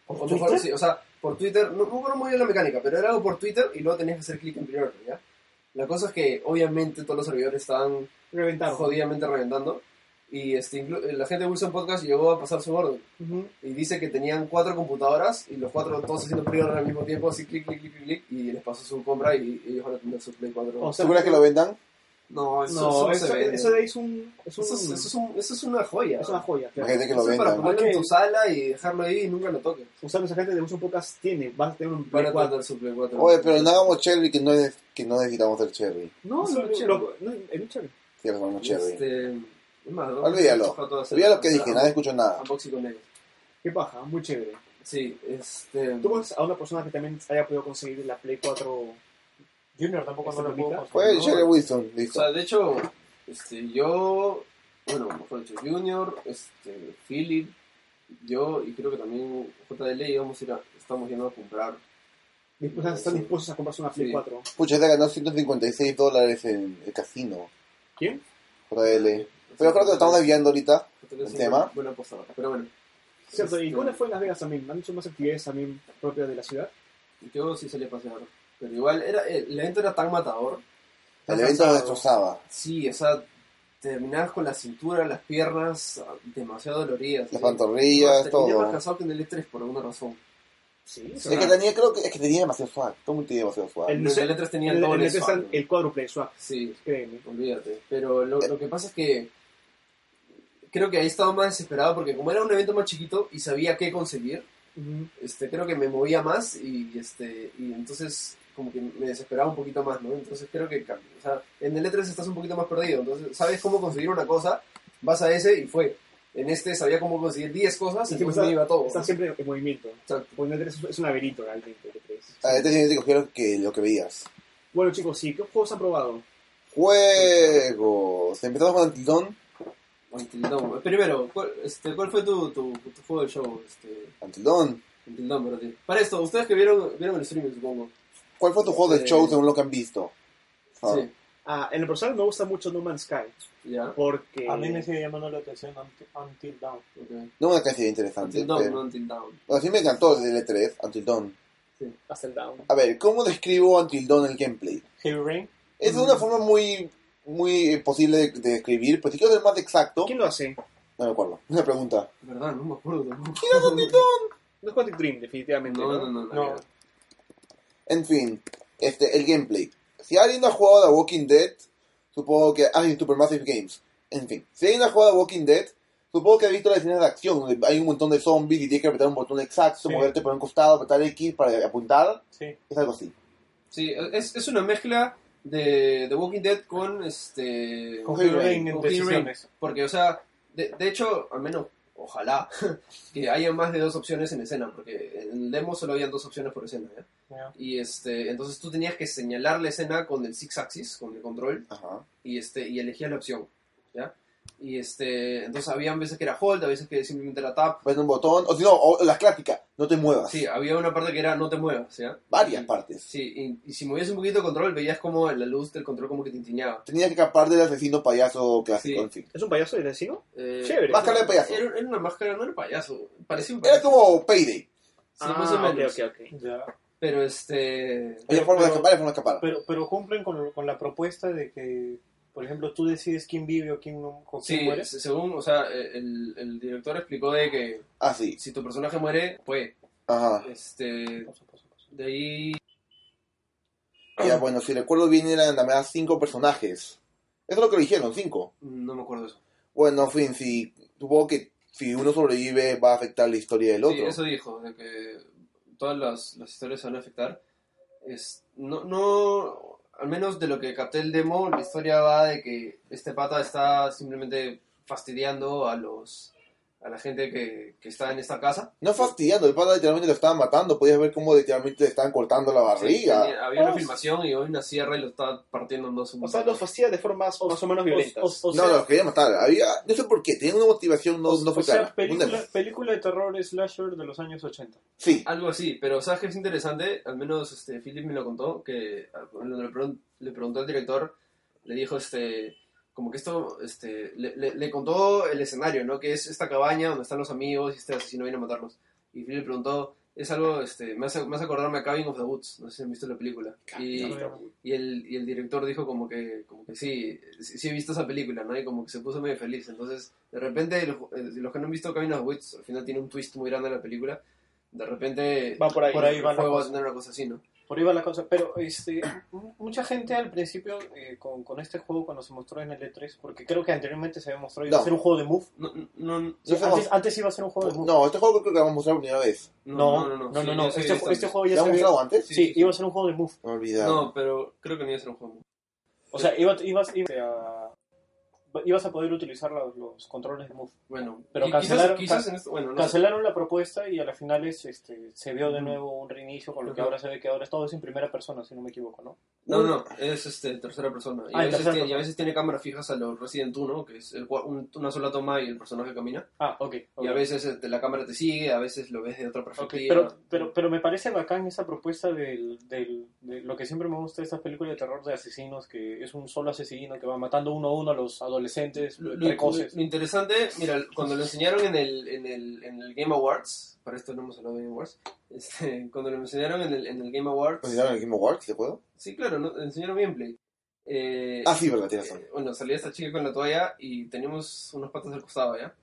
¿Por
O mejor,
Twitter?
sí, o sea, por Twitter, no me acuerdo muy bien la mecánica, pero era algo por Twitter y luego tenías que hacer clic en pre-order, ¿ya? La cosa es que obviamente todos los servidores estaban
Reventaron.
jodidamente reventando y este, inclu- la gente de Wilson Podcast llegó a pasar su orden
Ujú.
y dice que tenían cuatro computadoras y los cuatro todos haciendo pre-order al mismo tiempo, así clic, clic, clic, clic, clic, y les pasó su compra y, y ellos van a tener su Play 4.
O sea,
¿Tú crees que lo vendan?
no, eso, eso
No,
no
eso,
se vende.
eso de ahí es un. Es, un,
Eso es, eso es un- eso es una joya.
es una joya. Claro.
Imagínate que lo
Eso es para
vendan.
ponerlo en
Ok.
tu sala y dejarlo ahí y nunca lo toques.
O sea, esa gente de muchos pocas tiene, va a tener un
Van a
Play 4.
tratar su Play 4.
Oye, pero no hagamos Cherry que no, es- que no necesitamos el Cherry.
No,
Eso
no,
es
no, lo- no, es muy chévere.
Sí, lo hagamos Cherry.
Este, es más, ¿no?
Olvídalo.
Ojalá todo sea-
Sabía lo que dije,
sea,
nadie escuchó nada.
Unboxing con ellos.
Qué paja, muy chévere.
Sí, este.
¿Tú conoces a una persona que también haya podido conseguir la Play 4?
Junior tampoco no
¿Esta
lo puedo
bonita?
conseguir,
Fue
¿no?
Cherry Wilson,
O
listo.
sea, de hecho, este, yo, bueno, mejor dicho, Junior, este, Philip, yo y creo que también JDL íbamos a ir a- estamos yendo a comprar.
Después están
Sí.
dispuestos a comprarse una Play
Sí.
4.
Pucha, este te ganó 156 dólares en el casino.
¿Quién?
JL. Pero creo que lo estamos desviando ahorita.
Entonces,
el tema.
Buena posada, pero bueno.
Cierto, ¿y
Este,
cuándo fue en Las Vegas también? ¿Han hecho más actividades también propias de la ciudad?
Yo sí salí a pasear. Pero igual, era, eh, el evento era tan matador. tan
El evento lo
cansado.
destrozaba.
Sí, o sea, terminabas con la cintura, las piernas ah, demasiado doloridas.
Las
así.
pantorrillas,
Terminé más
todo.
cansado que en el E3 por alguna razón.
Sí,
Es que tenía, creo que, es que tenía demasiado swag. Todo el mundo tenía demasiado swag.
El-
En
No
el
sé,
E3 tenía el
el, el,
doble.
el,
swag, ¿no?
el cuádruple swag,
Sí,
créeme.
olvídate. Pero lo,
Eh.
lo que pasa es que creo que ahí estaba más desesperado porque como era un evento más chiquito y sabía qué conseguir,
Ujú.
este, creo que me movía más y, este, y entonces como que me desesperaba un poquito más, ¿no? Entonces creo que cambia. O sea, en el E3 estás un poquito más perdido, entonces sabes cómo conseguir una cosa, vas a ese y fue. En este sabía cómo conseguir 10 cosas
Sí,
y
pues,
entonces me iba todo.
Están siempre en movimiento.
Exacto.
Porque el E3 es- es un laberinto realmente. el E3.
Ah.
A este tiene que coger lo que, lo que veías.
Bueno, chicos, sí, ¿qué juegos han probado?
Juegos. Empezamos con Antildón.
Antildón. Primero, ¿cuál, este, ¿cuál fue tu, tu, tu juego del show? Este,
Antildón.
Antildón para ti. Para esto, ustedes que vieron, vieron el streaming, supongo.
¿Cuál fue tu juego del
Eh,
show según lo que han visto? Ah,
Sí,
Ah, en el personal me gusta mucho No Man's Sky.
ya.
Porque.
A mí me sigue llamando la atención Unti- Until Dawn.
Okay.
No una cantidad interesante.
Until Dawn,
pero-
no Until Dawn.
No, sí me encantó el L3, Until Dawn.
Hasta el down.
A ver, ¿cómo describo Until Dawn el gameplay?
Heavy Rain.
Es una
Mm.
forma muy muy posible de, de describir, pero si quiero ser más exacto,
¿Quién lo hace?
no me acuerdo. Una pregunta.
¿Verdad? No me acuerdo tampoco.
No es Quantic Dream, definitivamente.
No, no, no. no,
No.
ya.
En fin, este el gameplay. Si alguien no ha jugado a Walking Dead, supongo que ah, y Supermassive Games. En fin, si alguien no ha jugado a Walking Dead, supongo que ha visto las escenas de acción donde hay un montón de zombies y tienes que apretar un botón
Sí.
exacto, moverte por un costado, apretar X para apuntar,
Sí.
es algo así.
Sí, es, es una mezcla de, de Walking Dead con este.
Con
Heavy
Heavy Rain en
con Heavy Rain.
decisiones.
Porque, o sea, de, de hecho, al menos, ojalá, *laughs* que haya más de dos opciones en escena, porque en el demo solo habían dos opciones por escena, ¿ya?
Ya.
Y este, entonces tú tenías que señalar la escena con el six axis, con el control,
Ajá.
y este, y elegías la opción, ¿ya? Y este, entonces habían veces que era hold, a veces que simplemente era tap.
Apretar un botón, o si no, o la clásica, no te muevas.
Sí, había una parte que era no te muevas, ¿ya?
Varias
Y-
partes.
Sí, y, y si movías un poquito el control, veías como la luz del control como que tintineaba.
Tenía que escapar del asesino payaso clásico,
Sí.
en fin.
¿Es un payaso del vecino?
Eh,
Chévere.
Máscara de payaso.
Era, era una máscara, no era payaso. Parecía un
Era
payaso.
como Payday.
Sí, más o
Ah,
menos.
ok, ok, ok.
Ya.
Pero este.
Hay forma de
pero-
escapar, hay forma de escapar.
Pero, pero cumplen con, con la propuesta de que, por ejemplo, tú decides quién vive o quién no, con quién
Sí,
muere.
se- según, o sea, el, el director explicó de que
Ah, sí.
si tu personaje muere, pues,
Ajá.
este,
Paso, paso, paso.
de ahí Ah.
Ya, bueno, si recuerdo bien, eran nada más cinco personajes. Eso es lo que eligieron, cinco.
no me acuerdo eso.
Bueno, en fin, si supongo que si uno sobrevive va a afectar la historia del
Sí,
otro.
eso dijo, de que todas las, las historias se van a afectar. Es, no, no, al menos de lo que capté el demo, la historia va de que este pata está simplemente fastidiando a los a la gente que, que está en esta casa.
No fastidiando, el pata literalmente lo estaban matando, podías ver cómo literalmente le estaban cortando la barriga.
Sí, había una
Oh,
filmación y hoy una sierra y lo está partiendo en dos. un
O sea,
montón.
los fastidia de formas más o menos violentas.
O, o- o
no,
sea,
los quería matar. Había, no sé por qué, tenía una motivación no, no
o
fue
sea,
clara. Un
película,
demo.
película de terror slasher de los años 80.
Sí,
Algo así, pero ¿sabes qué es interesante? Al menos este, Philip me lo contó, que a- cuando le, pregun- le preguntó al director, le dijo, este, como que esto, este, le, le- le contó el escenario, ¿no? Que es esta cabaña donde están los amigos y este asesino viene a matarlos. Y Philip preguntó, es algo, este, me hace, me hace acordarme a Cabin of the Woods, no sé si han visto la película. Y, y el, y el director dijo como que, como que sí, sí, sí he visto esa película, ¿no? Y como que se puso medio feliz. Entonces, de repente, el ju- eh, los que no han visto Cabin of the Woods, al final tiene un twist muy grande en la película. De repente,
Va por ahí.
Por ahí. va
el
la
juego va a
cosa.
tener una cosa así, ¿no?
Por ahí va la cosa. Pero este, m- mucha gente al principio eh, con, con este juego, cuando se mostró en el E3, porque creo que anteriormente se había mostrado iba a
No.
ser un juego de Move.
No, no, no,
Sí, fue
antes, antes iba a ser un juego de Move.
no, este juego creo que lo vamos a mostrar por primera vez.
no, no, no.
sí,
no.
ya se
Este,
había
ju- este
visto
juego ya
¿Ya
se
hemos
había...
mostrado antes?
Sí,
Sí, sí,
iba a ser un juego de Move.
Me he
antes.
olvidado.
No, pero creo que no iba a ser un juego.
O sea, ibas, ibas, ibas, a, ibas a poder utilizar los, los controles de Move.
Bueno,
Pero
qui-
cancelaron-
quizás, quizás en esto, bueno, no sé.
Cancelaron la propuesta y a las finales este, se vio de
Ujú.
nuevo un reinicio, con lo que
Ujú.
ahora se ve que ahora todo es en primera persona, si no me equivoco, ¿no?
No, no, es este, tercera persona. Y,
Ah,
a
en
veces
tercera
tiene, y a
persona.
veces tiene cámaras fijas a los Resident 1, que es el cua- un- una sola toma y el personaje camina.
Ah, ok. ok.
Y a veces este, la cámara te sigue, a veces lo ves de otra
Ok,
perspectiva.
este, pero, pero, pero me parece bacán esa propuesta del, del, de lo que siempre me gusta de estas películas de terror de asesinos, que es un solo asesino que va matando uno a uno a los adolescentes
Lo, lo-
precoces.
lo interesante, mira, cuando lo enseñaron en el, en el, en el Game Awards, para esto no hemos hablado de Game Awards, este, *laughs* cuando lo enseñaron en el, en el Game Awards,
¿Nos dieron el Game Awards, te acuerdo?
sí, claro, ¿no? enseñaron gameplay. Eh,
Ah, sí, verdad, tienes razón.
Eh, bueno, salía esta chica con la toalla y teníamos unos patas al costado, ¿ya?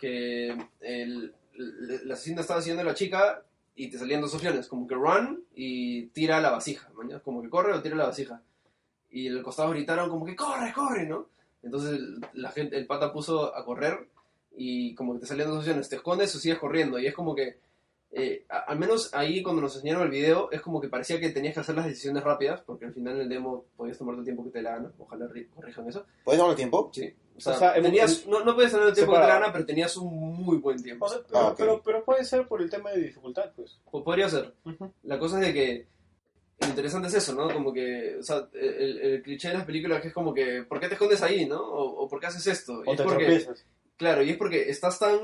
Que el, el- la asesina estaba siguiendo a la chica y te salían dos opciones, como que run y tira la vasija, ¿mañas? Como que corre o tira la vasija. Y el costado gritaron como que corre, corre, ¿no? Entonces el- la gente, el pata puso a correr y como que te salían dos opciones, te escondes o sigues corriendo. Y es como que, eh, a- al menos ahí cuando nos enseñaron el video, es como que parecía que tenías que hacer las decisiones rápidas, porque al final en el demo podías tomarte el tiempo que te la gana, ojalá ri- corrijan eso.
¿Puedes darme tiempo?
Sí. O sea,
O sea, en-
tenías, no, no podías tener el tiempo que te la
separado.
gana, pero tenías un muy buen tiempo.
O sea, pero,
Ah, ok.
pero, pero puede ser por el tema de dificultad, pues.
O podría ser.
Ujú.
La cosa es de que lo interesante es eso, ¿no? Como que, o sea, el, el cliché de las películas que es como que, ¿por qué te escondes ahí, no? O, o ¿por qué haces esto? Y
O
es
te
porque-
tropiezas.
Claro, y es porque estás tan.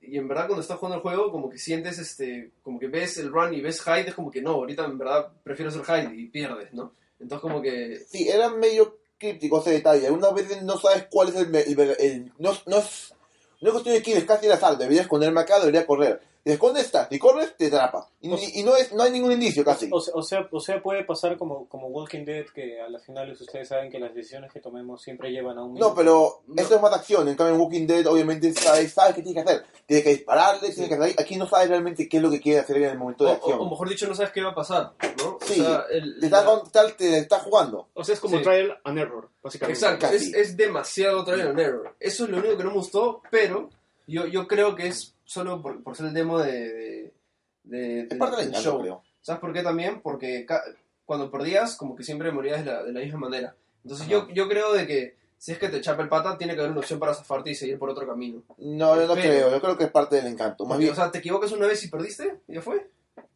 Y en verdad, cuando estás jugando el juego, como que sientes este. Como que ves el run y ves hide, es como que no, ahorita en verdad prefiero ser hide y pierdes, ¿no? Entonces, como que.
Sí, era medio críptico ese detalle. Algunas veces no sabes cuál es el... me- el- el- no, no es... No es cuestión de quién, es casi el azar. Debería esconderme acá, debería correr. Te escondes, estás. Si corres, te atrapa. Y, y- y no, es, no hay ningún indicio casi.
O, se- o sea, o sea, puede pasar como, como Walking Dead, que a las finales ustedes saben que las decisiones que tomemos siempre llevan a un...
No, pero
No.
eso es más acción. En cambio, en Walking Dead, obviamente, sabes, sabes qué tienes que hacer. Tienes que dispararle, tienes que hacer... Aquí no sabes realmente qué es lo que quieres hacer en el momento
O,
de
o-
acción.
o mejor dicho, no sabes qué va a pasar, ¿no?
Sí,
o sea, el-
te, estás,
la-
tal- te estás jugando.
O sea, es como
Sí.
trial and error, básicamente.
Exacto,
casi.
es, es demasiado trial and error. Eso es lo único que no me gustó, pero yo, yo creo que es solo por, por ser el demo de. de, de-
Es
de-
parte del
del
encanto, creo.
¿Sabes por qué también? Porque ca- cuando perdías, como que siempre morías de la, de la misma manera. Entonces yo, yo creo de que si es que te chapa el pata, tiene que haber una opción para zafarte y seguir por otro camino.
No, yo no
Espero.
creo. Yo creo que es parte del encanto. Más
Porque,
bien,
o sea, te equivocas una vez y perdiste, y ya fue.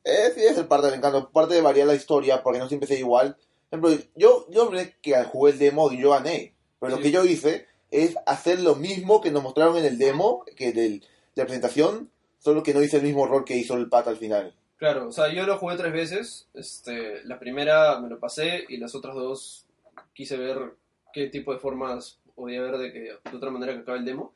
Eh, sí, es el parte del encanto, parte de variar la historia, porque no siempre sea igual. Por ejemplo, yo, yo hablé que jugué el demo y yo gané, pero
Sí.
lo que yo hice es hacer lo mismo que nos mostraron en el demo, que del, de la presentación, solo que no hice el mismo error que hizo el pata al final.
Claro, o sea, yo lo jugué tres veces. Este, la primera me lo pasé y las otras dos quise ver qué tipo de formas podía ver de, que, de otra manera que acabe el demo.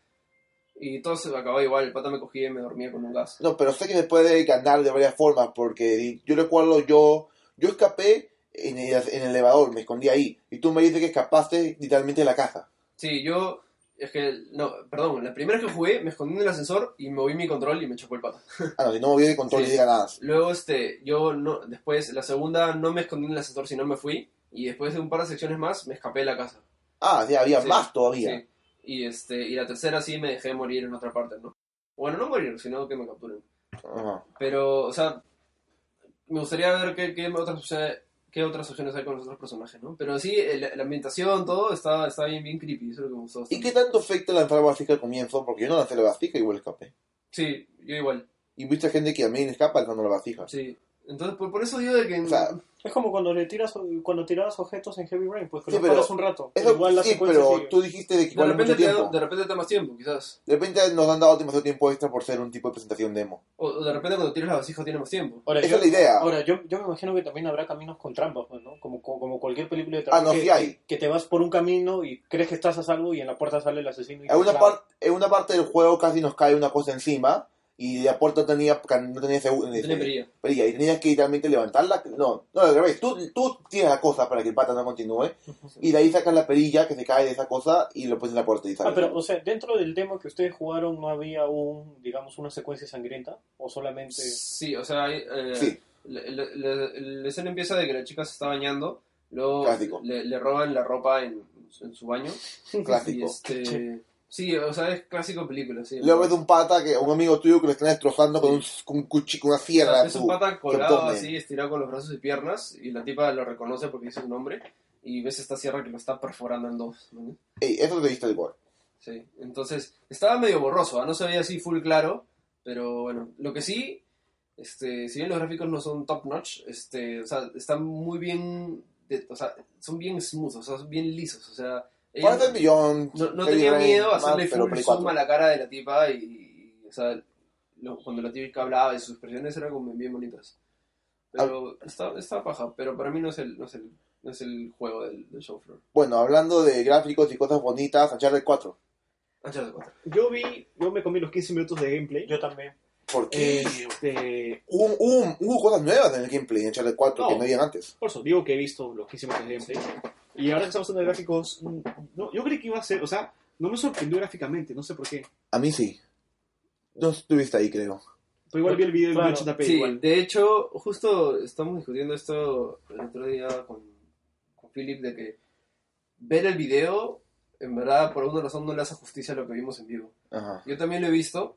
Y todo se acababa igual, el pata me cogía y me dormía con un gas.
No, pero sé que se puede ganar de varias formas, porque yo recuerdo, yo, yo escapé en el, en el elevador, me escondí ahí, y tú me dices que escapaste literalmente de la casa.
Sí, yo. Es que. No, perdón, la primera vez que jugué me escondí en el ascensor y moví mi control y me chocó el pata.
Ah, no, si no moví de control
Sí.
ni diga nada.
Luego, este, yo no, después, la segunda no me escondí en el ascensor, sino me fui. Y después de un par de secciones más, me escapé de la casa.
Ah, sí, había
Sí.
más todavía.
Sí. Y, este, y la tercera sí me dejé morir en otra parte, ¿no? Bueno, no morir, sino que me capturen.
Ajá.
Pero, o sea, me gustaría ver qué, qué otras opciones qué otras opciones hay con los otros personajes, ¿no? Pero sí, el- la ambientación, todo, está, está bien, bien creepy, eso es lo que me gustó.
¿Y
bastante.
qué tanto afecta lanzar la bastica al comienzo? Porque yo no lancé la bastica y igual escapé.
Sí, yo igual,
Y viste gente que también escapa lanzando la vasija.
sí. Entonces, por, por eso digo de que...
O sea,
Es como cuando le tiras cuando tirabas objetos en Heavy Rain, pues que
Sí,
los
pero-
paras un rato.
Eso
igual la
sí,
secuencia
pero
sigue.
tú dijiste de que
de,
igual es mucho
repente te da,
tiempo.
de repente te da más tiempo, quizás.
De repente nos han dado demasiado tiempo extra por ser un tipo de presentación demo.
O, o de repente cuando tiras la vasija tiene más tiempo.
Ahora,
Esa
yo,
es la idea.
ahora yo, yo me imagino que también habrá caminos con trampas, pues, ¿no? Como, como, como cualquier película de
Ah,
terror
no,
que,
sí hay.
que te vas por un camino y crees que estás a salvo y en la puerta sale el asesino. Y te
En una,
clava.
par- en una parte del juego casi nos cae una cosa encima y la puerta tenía, no tenía seguro.
Tiene brilla.
y tenías que literalmente levantarla. No, no, al revés. Tú, tú tienes la cosa para que el pata no
*laughs*
continúe. Y de ahí sacas la perilla que se cae de esa cosa y lo pones en la puerta y sale.
Ah, pero, o sea, dentro del demo que ustedes jugaron no había un, digamos, una secuencia sangrienta o solamente...
Sí, o sea, hay, eh,
Sí.
la, la- la- la escena empieza de que la chica se está bañando, luego
Clásico.
le, le roban la ropa en, en su baño.
*laughs*
Y
Clásico.
este, sí, o sea, es clásico película, sí.
Luego ves un pata, que un amigo tuyo que lo están destrozando con, un, con un cuchi- con una
O sea,
sierra.
es
tú.
un pata colado
abdomen.
así, estirado con los brazos y piernas, y la tipa lo reconoce porque dice su nombre, y ves esta sierra que lo está perforando en dos. ¿no?
Ey, eso te viste el gol.
Sí, entonces estaba medio borroso, ¿ah? no se veía así full claro, pero bueno, lo que sí, este, si bien los gráficos no son top notch, este, o sea, están muy bien, de- o sea, son bien smooth, o sea, son bien lisos, o sea, ella
Parece Beyond.
no, no
Heavy
tenía
Rain,
miedo a
más,
hacerle
pero
full
Play
zoom
4.
a la cara de la tipa y, y, o sea, lo- cuando la tipa hablaba y sus expresiones eran como bien bonitas. Pero
Ah.
está, está paja, pero para mí no es el, no es el, no es el juego del, del show floor.
Bueno, hablando de gráficos y cosas bonitas, Uncharted 4.
Uncharted 4.
Yo vi, yo me comí los 15 minutos de gameplay.
Yo también.
Eh.
Porque
Este,
hubo, hubo- hubo cosas nuevas en el gameplay en Uncharted 4 que
No.
no habían antes.
por eso, digo que he visto los 15 minutos de gameplay. Y ahora que estamos hablando de gráficos, mm, no, yo creí que iba a ser, o sea, no me sorprendió gráficamente, no sé por qué.
A mí sí. No estuviste ahí, creo.
Pero igual vi el video en
Claro.
1080p
Sí,
igual.
de hecho, justo estamos discutiendo esto el otro día con, con Philip de que ver el video, en verdad, por alguna razón no le hace justicia a lo que vimos en vivo.
Ajá.
Yo también lo he visto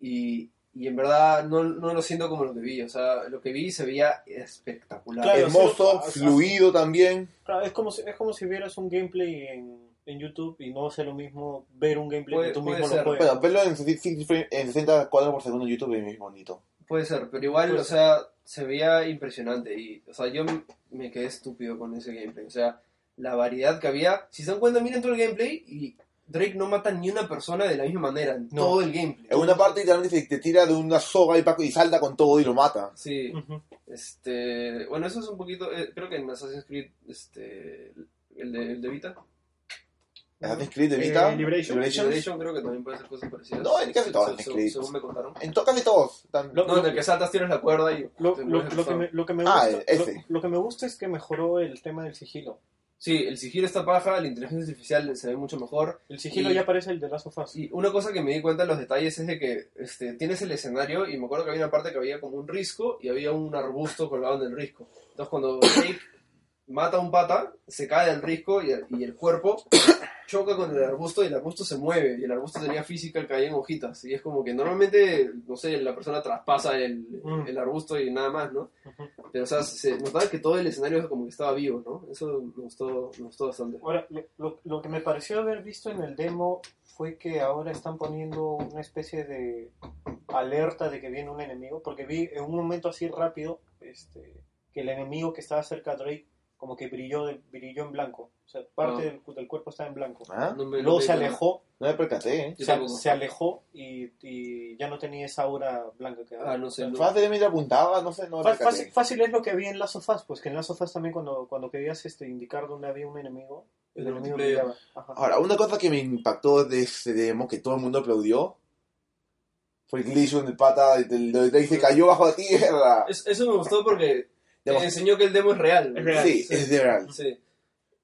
y, y en verdad no, no lo siento como lo que vi. O sea, lo que vi se veía espectacular.
Claro,
Hermoso,
sí, lo-
fluido también.
Claro, es como si, es como si vieras un gameplay en, en YouTube y no hace lo mismo ver un gameplay
Puede-
que tú
puede
mismo
ser.
lo juegas.
Bueno, verlo en 60, frame- en 60 cuadros por segundo en YouTube es muy bonito.
Puede ser, pero igual,
Puede
o sea, se veía impresionante. Y, o sea, yo m- me quedé estúpido con ese gameplay. O sea, la variedad que había. Si se dan cuenta, miren todo el gameplay y Drake no mata ni una persona de la misma manera en
No.
todo el gameplay.
En una parte literalmente se te tira de una soga y, Paco- y salta con todo y lo mata.
Sí,
Ujú.
este. Bueno, eso es un poquito. eh, creo que en Assassin's Creed, este. El de, el de Vita.
Assassin's Creed de Vita.
Eh, Liberation.
Liberations.
Liberation creo que también puede ser cosas parecidas.
No, en casi
Se-
todas
se-
las
se-
Creed.
Según me contaron.
En to- casi todos. Tan-
Lo-
No, en el que saltas, tiras la cuerda y.
Lo,
te
lo-
mueres
lo que me, lo que me
Ah,
gusta,
ese.
lo- lo que me gusta es que mejoró el tema del sigilo.
Sí, el sigilo está paja, la inteligencia artificial se ve mucho mejor.
El sigilo
Y-
ya parece el de Last of Us.
Y una cosa que me di cuenta en los detalles es de que este, tienes el escenario y me acuerdo que había una parte que había como un risco y había un arbusto colgado en el risco. Entonces cuando Jake mata a un pata, se cae del risco y, y el cuerpo choca con el arbusto y el arbusto se mueve y el arbusto tenía física, caía en hojitas. Y es como que normalmente, no sé, la persona traspasa el,
Mm.
el arbusto y nada más, ¿no? Pero o sea, se notaba que todo el escenario como que estaba vivo, ¿no? Eso me gustó, me gustó bastante.
Ahora, lo, lo- lo que me pareció haber visto en el demo fue que ahora están poniendo una especie de alerta de que viene un enemigo, porque vi en un momento así rápido este, que el enemigo que estaba cerca de Drake como que brilló, de- brilló en blanco, o sea, parte
Ah.
del, cu- del cuerpo estaba en blanco.
¿Ah?
No me- no
Luego
me-
se alejó,
No me percaté, ¿eh?
Yo
se,
tampoco.
se alejó y, y ya no tenía esa aura blanca que
Ah, no sé. no-
Fácilmente apuntaba, no sé, no me
Fá- Fácil,
percaté.
fácil es lo que había en Last of Us, pues que en Last of Us también cuando, cuando querías este, indicar dónde había un enemigo,
El
El
de
del
multiplayer.
multiplayer. Ajá.
Ahora, una cosa que me impactó de ese demo que todo el mundo aplaudió fue el glitch donde el pata del del- del- se cayó bajo la tierra.
Es- eso me gustó porque te
Digamos,
enseñó que el demo es real.
Es real.
sí, es de real.
Sí.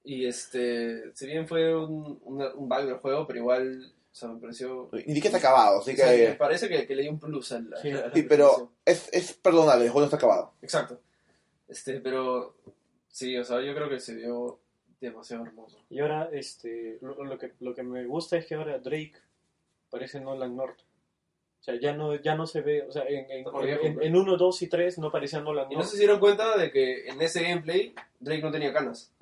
Y este, si bien fue un, una- un bug del juego, pero igual, o sea, me pareció...
Y ni que está acabado, así
o sea, me
que.
parece que, que le dio un plus al... al-
Sí.
al-
Sí, pero es, es perdonable, el juego no está acabado.
Exacto. Este, pero sí, o sea, yo creo que se vio demasiado hermoso.
Y ahora, este, lo, lo que, lo que me gusta es que ahora Drake parece Nolan North. O sea, ya no, ya no se ve, o sea, en, en,
Porque ya
en- en,
compré.
1, 2 y 3 no parecía Nolan
Y no
North.
se dieron cuenta de que en ese gameplay Drake no tenía canas.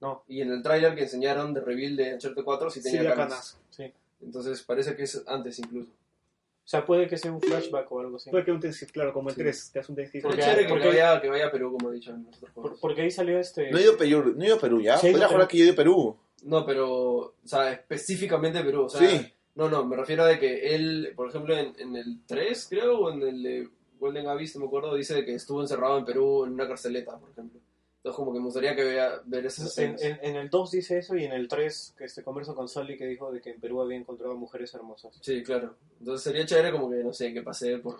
No.
Y en el tráiler que enseñaron de reveal de Uncharted 4 sí
Sí,
tenía
había
canas.
canas.
Entonces parece que es antes incluso.
O sea, puede que sea un flashback o algo así.
Puede que un textil, claro, como el
Sí.
3, te hace un textil.
Pero
Porque-
es chévere que,
porque-
vaya, que vaya a Perú, como he dicho en otros
Por-
juegos.
porque ahí salió este...
No he ido a Perú, no he ido a Perú ya.
Sí, he ido
Podría
a
jugar
Perú.
que yo he ido a Perú.
No, pero, o sea, específicamente Perú. O sea,
Sí.
No, no, me refiero a de que él, por ejemplo, en, en el 3, creo, o en el de Golden Abyss, no me acuerdo, dice de que estuvo encerrado en Perú en una carceleta, por ejemplo. Entonces, como que me gustaría que vea, ver esas
En,
escenas.
en- en el 2 dice eso y en el 3 que este converso con Sally que dijo de que en Perú había encontrado mujeres hermosas.
Sí, claro. Entonces sería chévere como que, no sé, que pase por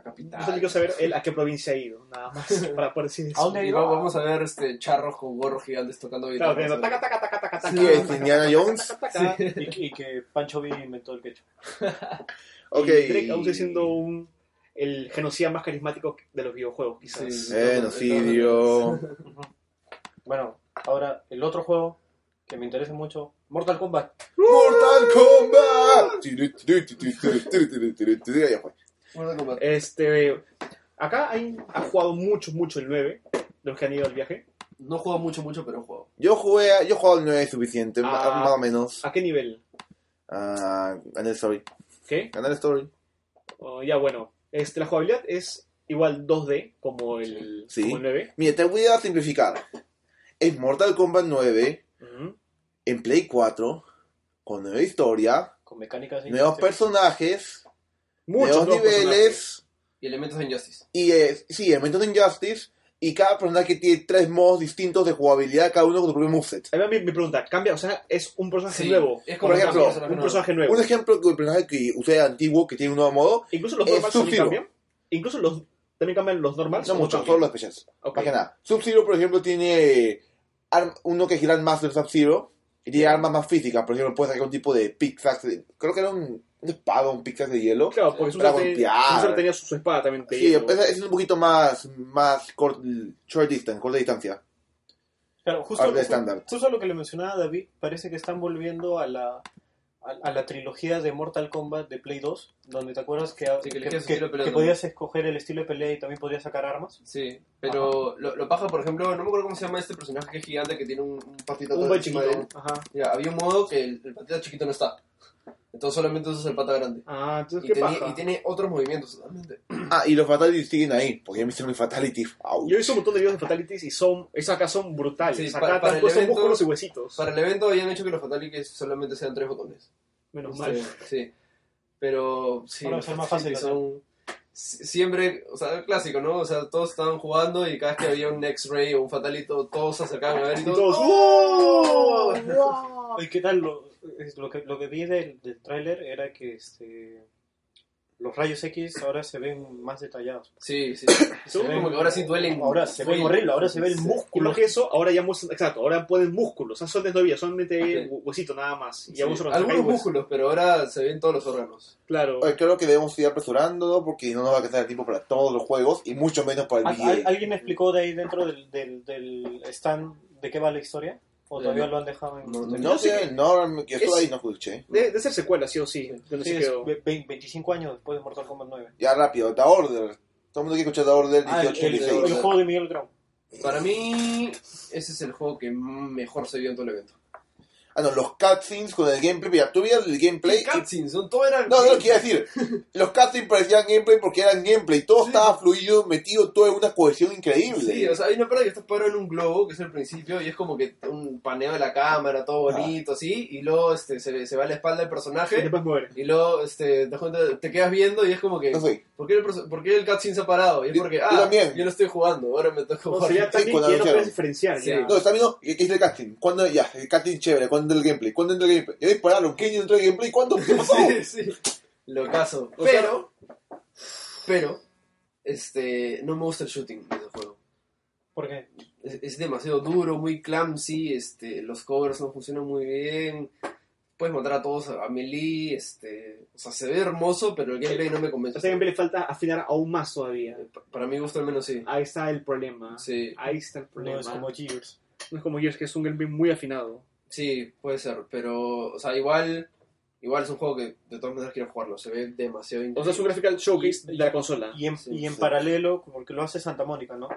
Yo solo
capital.
quiero saber él a qué provincia ha ido, nada más,
*laughs*
para poder decir
¿A
eso.
dónde
Y
iba?
luego vamos a ver este charros con gorros gigantes tocando
Claro,
guitarra.
que no, taca, taca, taca, taca, taca,
Sí, es
taca,
Indiana Jones.
taca, taca.
*laughs*
Y, y que Pancho Villa inventó el quechua.
Ok.
Y Drake aún sigue siendo un, el genocida más carismático de los videojuegos, quizás.
Sí.
Genocidio.
Bueno, ahora el otro juego que me interesa mucho, Mortal Kombat.
Mortal Kombat. Ya fue.
Bueno, como-
Este, acá hay, ha jugado mucho, mucho el 9, de los que han ido al viaje.
No he jugado mucho, mucho, pero he jugado.
Yo jugué, a- yo he jugado al 9 suficiente, ma-
Ah.
más o menos.
¿A qué nivel?
Ah, Another Story.
¿Qué?
Another Story.
Oh, ya, bueno. Este, la jugabilidad es igual 2D, como el,
Sí.
como el 9.
Mira, te voy a simplificar. Es Mortal Kombat 9
Ujú.
en Play 4 con nueva historia,
Con mecánicas... este,
nuevos
interesantes.
personajes,
Muchos
nuevos
nuevos personajes.
niveles.
Y elementos de Injustice.
Y eh, sí, el método de Injustice. Y cada personaje tiene tres modos distintos de jugabilidad, cada uno con su propio moveset.
Ahí va mi, mi pregunta, cambia, o sea, es un personaje
Sí,
nuevo.
es
Por ejemplo,
un personaje
un
nuevo.
personaje nuevo.
Un ejemplo del personaje que usted es antiguo, que tiene un nuevo modo.
Incluso los
es
normals también
Sub-Zero.
cambian. Incluso los también cambian los normals.
No
¿O
mucho,
cambian?
solo los especiales.
Ok.
Más que nada. Sub-Zero, por ejemplo, tiene arm- uno que gira más del Sub-Zero y tiene armas más físicas. Por ejemplo, puede sacar un tipo de pickaxe. de- Creo que era un, un espada, un pickaxe de hielo.
Claro, porque su
Para
suerte-
golpear.
su suerte tenía su, su espada también. te
Sí,
digo.
es, es un poquito más, más cort- short distance, corta
*clears throat*
distancia.
Claro, justo,
Al
lo que,
estándar.
justo lo que le mencionaba a David, parece que están volviendo a la, a, a la trilogía de Mortal Kombat de Play 2, donde te acuerdas que,
Sí, que
que-
elegías
que-
estilo de pelea,
que
¿no?
podías escoger el estilo de pelea y también podías sacar armas.
Sí, pero lo, lo paja, por ejemplo, no me acuerdo cómo se llama este personaje que es gigante que tiene un, un patito
un
todo
buen
encima
chiquito.
de él.
Ajá.
Mira, había un modo que el, el patito chiquito no está. Entonces solamente usas el pata grande.
Ah,
Y,
entonces, ¿qué
tenía-
pasa?
y tiene otros movimientos totalmente.
Ah, y los Fatalities siguen ahí, porque ya me hicieron el Fatality. Au.
Yo he visto un montón de videos de fatalities y son, esas acá son brutales.
Sí,
acá
para-
te
para
han
el
puesto
evento-
músculos y huesitos.
Para el evento habían hecho que los fatalities solamente sean tres botones.
Menos
Sí,
mal.
Sí. Pero sí,
Ahora
los
son más
fatalities
fáciles,
son si- siempre, o sea, el clásico, ¿no? O sea, todos estaban jugando y cada vez que había un X-Ray o un fatalito, todos se acercaban a ver y
Y
todos,
todos,
¡Oh!
¡oh! ¡Wow!
*laughs* ¿Y qué tal? Lo, es- lo que, lo que vi del, del tráiler era que este, los rayos X ahora se ven más detallados.
Sí, sí.
Se ven-
como que ahora sí duelen.
Ahora se ven
Duelen.
horrible, ahora se ve el
Sí.
Y
músculo.
más que eso, ahora ya muestran, exacto, ahora ponen músculos. O sea, antes no había, solamente
Ok.
hu- huesito nada más. Y ya
Sí,
muestran acá hay
Algunos
hueso.
músculos, pero ahora se ven todos los órganos.
Claro.
Oye, creo que debemos ir apresurando porque no nos va a quedar el tiempo para todos los juegos y mucho menos para el
¿Al- al-
DJ.
¿Alguien me explicó de ahí dentro del, del, del stand de qué va la historia? ¿O
Eh,
todavía
no.
lo han dejado en.?
No, no.
No
sé
sé, no, yo estoy
es-
ahí, no escuché.
De, de ser secuela, sí o sí. Yo no
Sí,
sé
es
qué-
ve- ve- 25 años después de Mortal Kombat 9.
Ya rápido, The Order. Todo el mundo quiere escuchar The Order
Ah, el, el-
1886.
el juego de Miguel Grau.
Para mí, ese es el juego que mejor se vio en todo el evento.
Ah, no, los cutscenes con el gameplay. Mira, tú veías el gameplay. y-
Cutscenes, son todo eran.
No, no lo quería
*laughs*
decir. Los cutscenes parecían gameplay porque eran gameplay. Todo
Sí.
estaba fluido, metido, todo en una cohesión increíble.
Sí, o sea, hay una parte que está parado en un globo, que es el principio, y es como que un paneo de la cámara, todo
Ah.
bonito, así, y luego este, se, se va a la espalda del
que te
personaje,
puedes mover.
y luego este, te, das cuenta- te quedas viendo y es como que,
no sé.
¿por qué el, perso- por qué el cutscene se ha parado? Y es
Yo-
porque,
yo
ah,
también.
yo lo estoy jugando, ahora me toca
No,
jugar.
sería tan
Sí,
bien
cuando
que ya no
anunciaron.
puedes diferenciar.
Sí.
ya.
No, está viendo que que es el casting. ¿Cuándo ya? El casting chévere. ¿Cuándo el gameplay? ¿Cuándo entra el gameplay? Ya dispararon. ¿Quién entró el gameplay? ¿Cuándo? ¿Qué pasó?
*laughs* *laughs*
*laughs*
sí, sí. Lo caso.
¡Oh! O sea-
Pero, pero, este, no me gusta el shooting de ese juego.
¿Por qué?
es, es demasiado duro, muy clumsy, este, los covers no funcionan muy bien, puedes matar a todos a a melee, este, o sea, se ve hermoso, pero el gameplay no me convence. Eh,
O sea, siempre le falta afinar aún más todavía.
Pa- Para mi gusto al menos sí.
Ahí está el problema.
Sí,
Ahí está el problema.
No es como Gears.
No es como Gears, que es un gameplay muy afinado.
sí, puede ser, pero, o sea, igual, igual es un juego que de todas maneras quiero jugarlo, se ve demasiado
O sea, es un
increíble.
graphical showcase de la consola.
Y en,
Sí,
y en
sí.
paralelo, porque lo hace Santa Mónica, ¿no?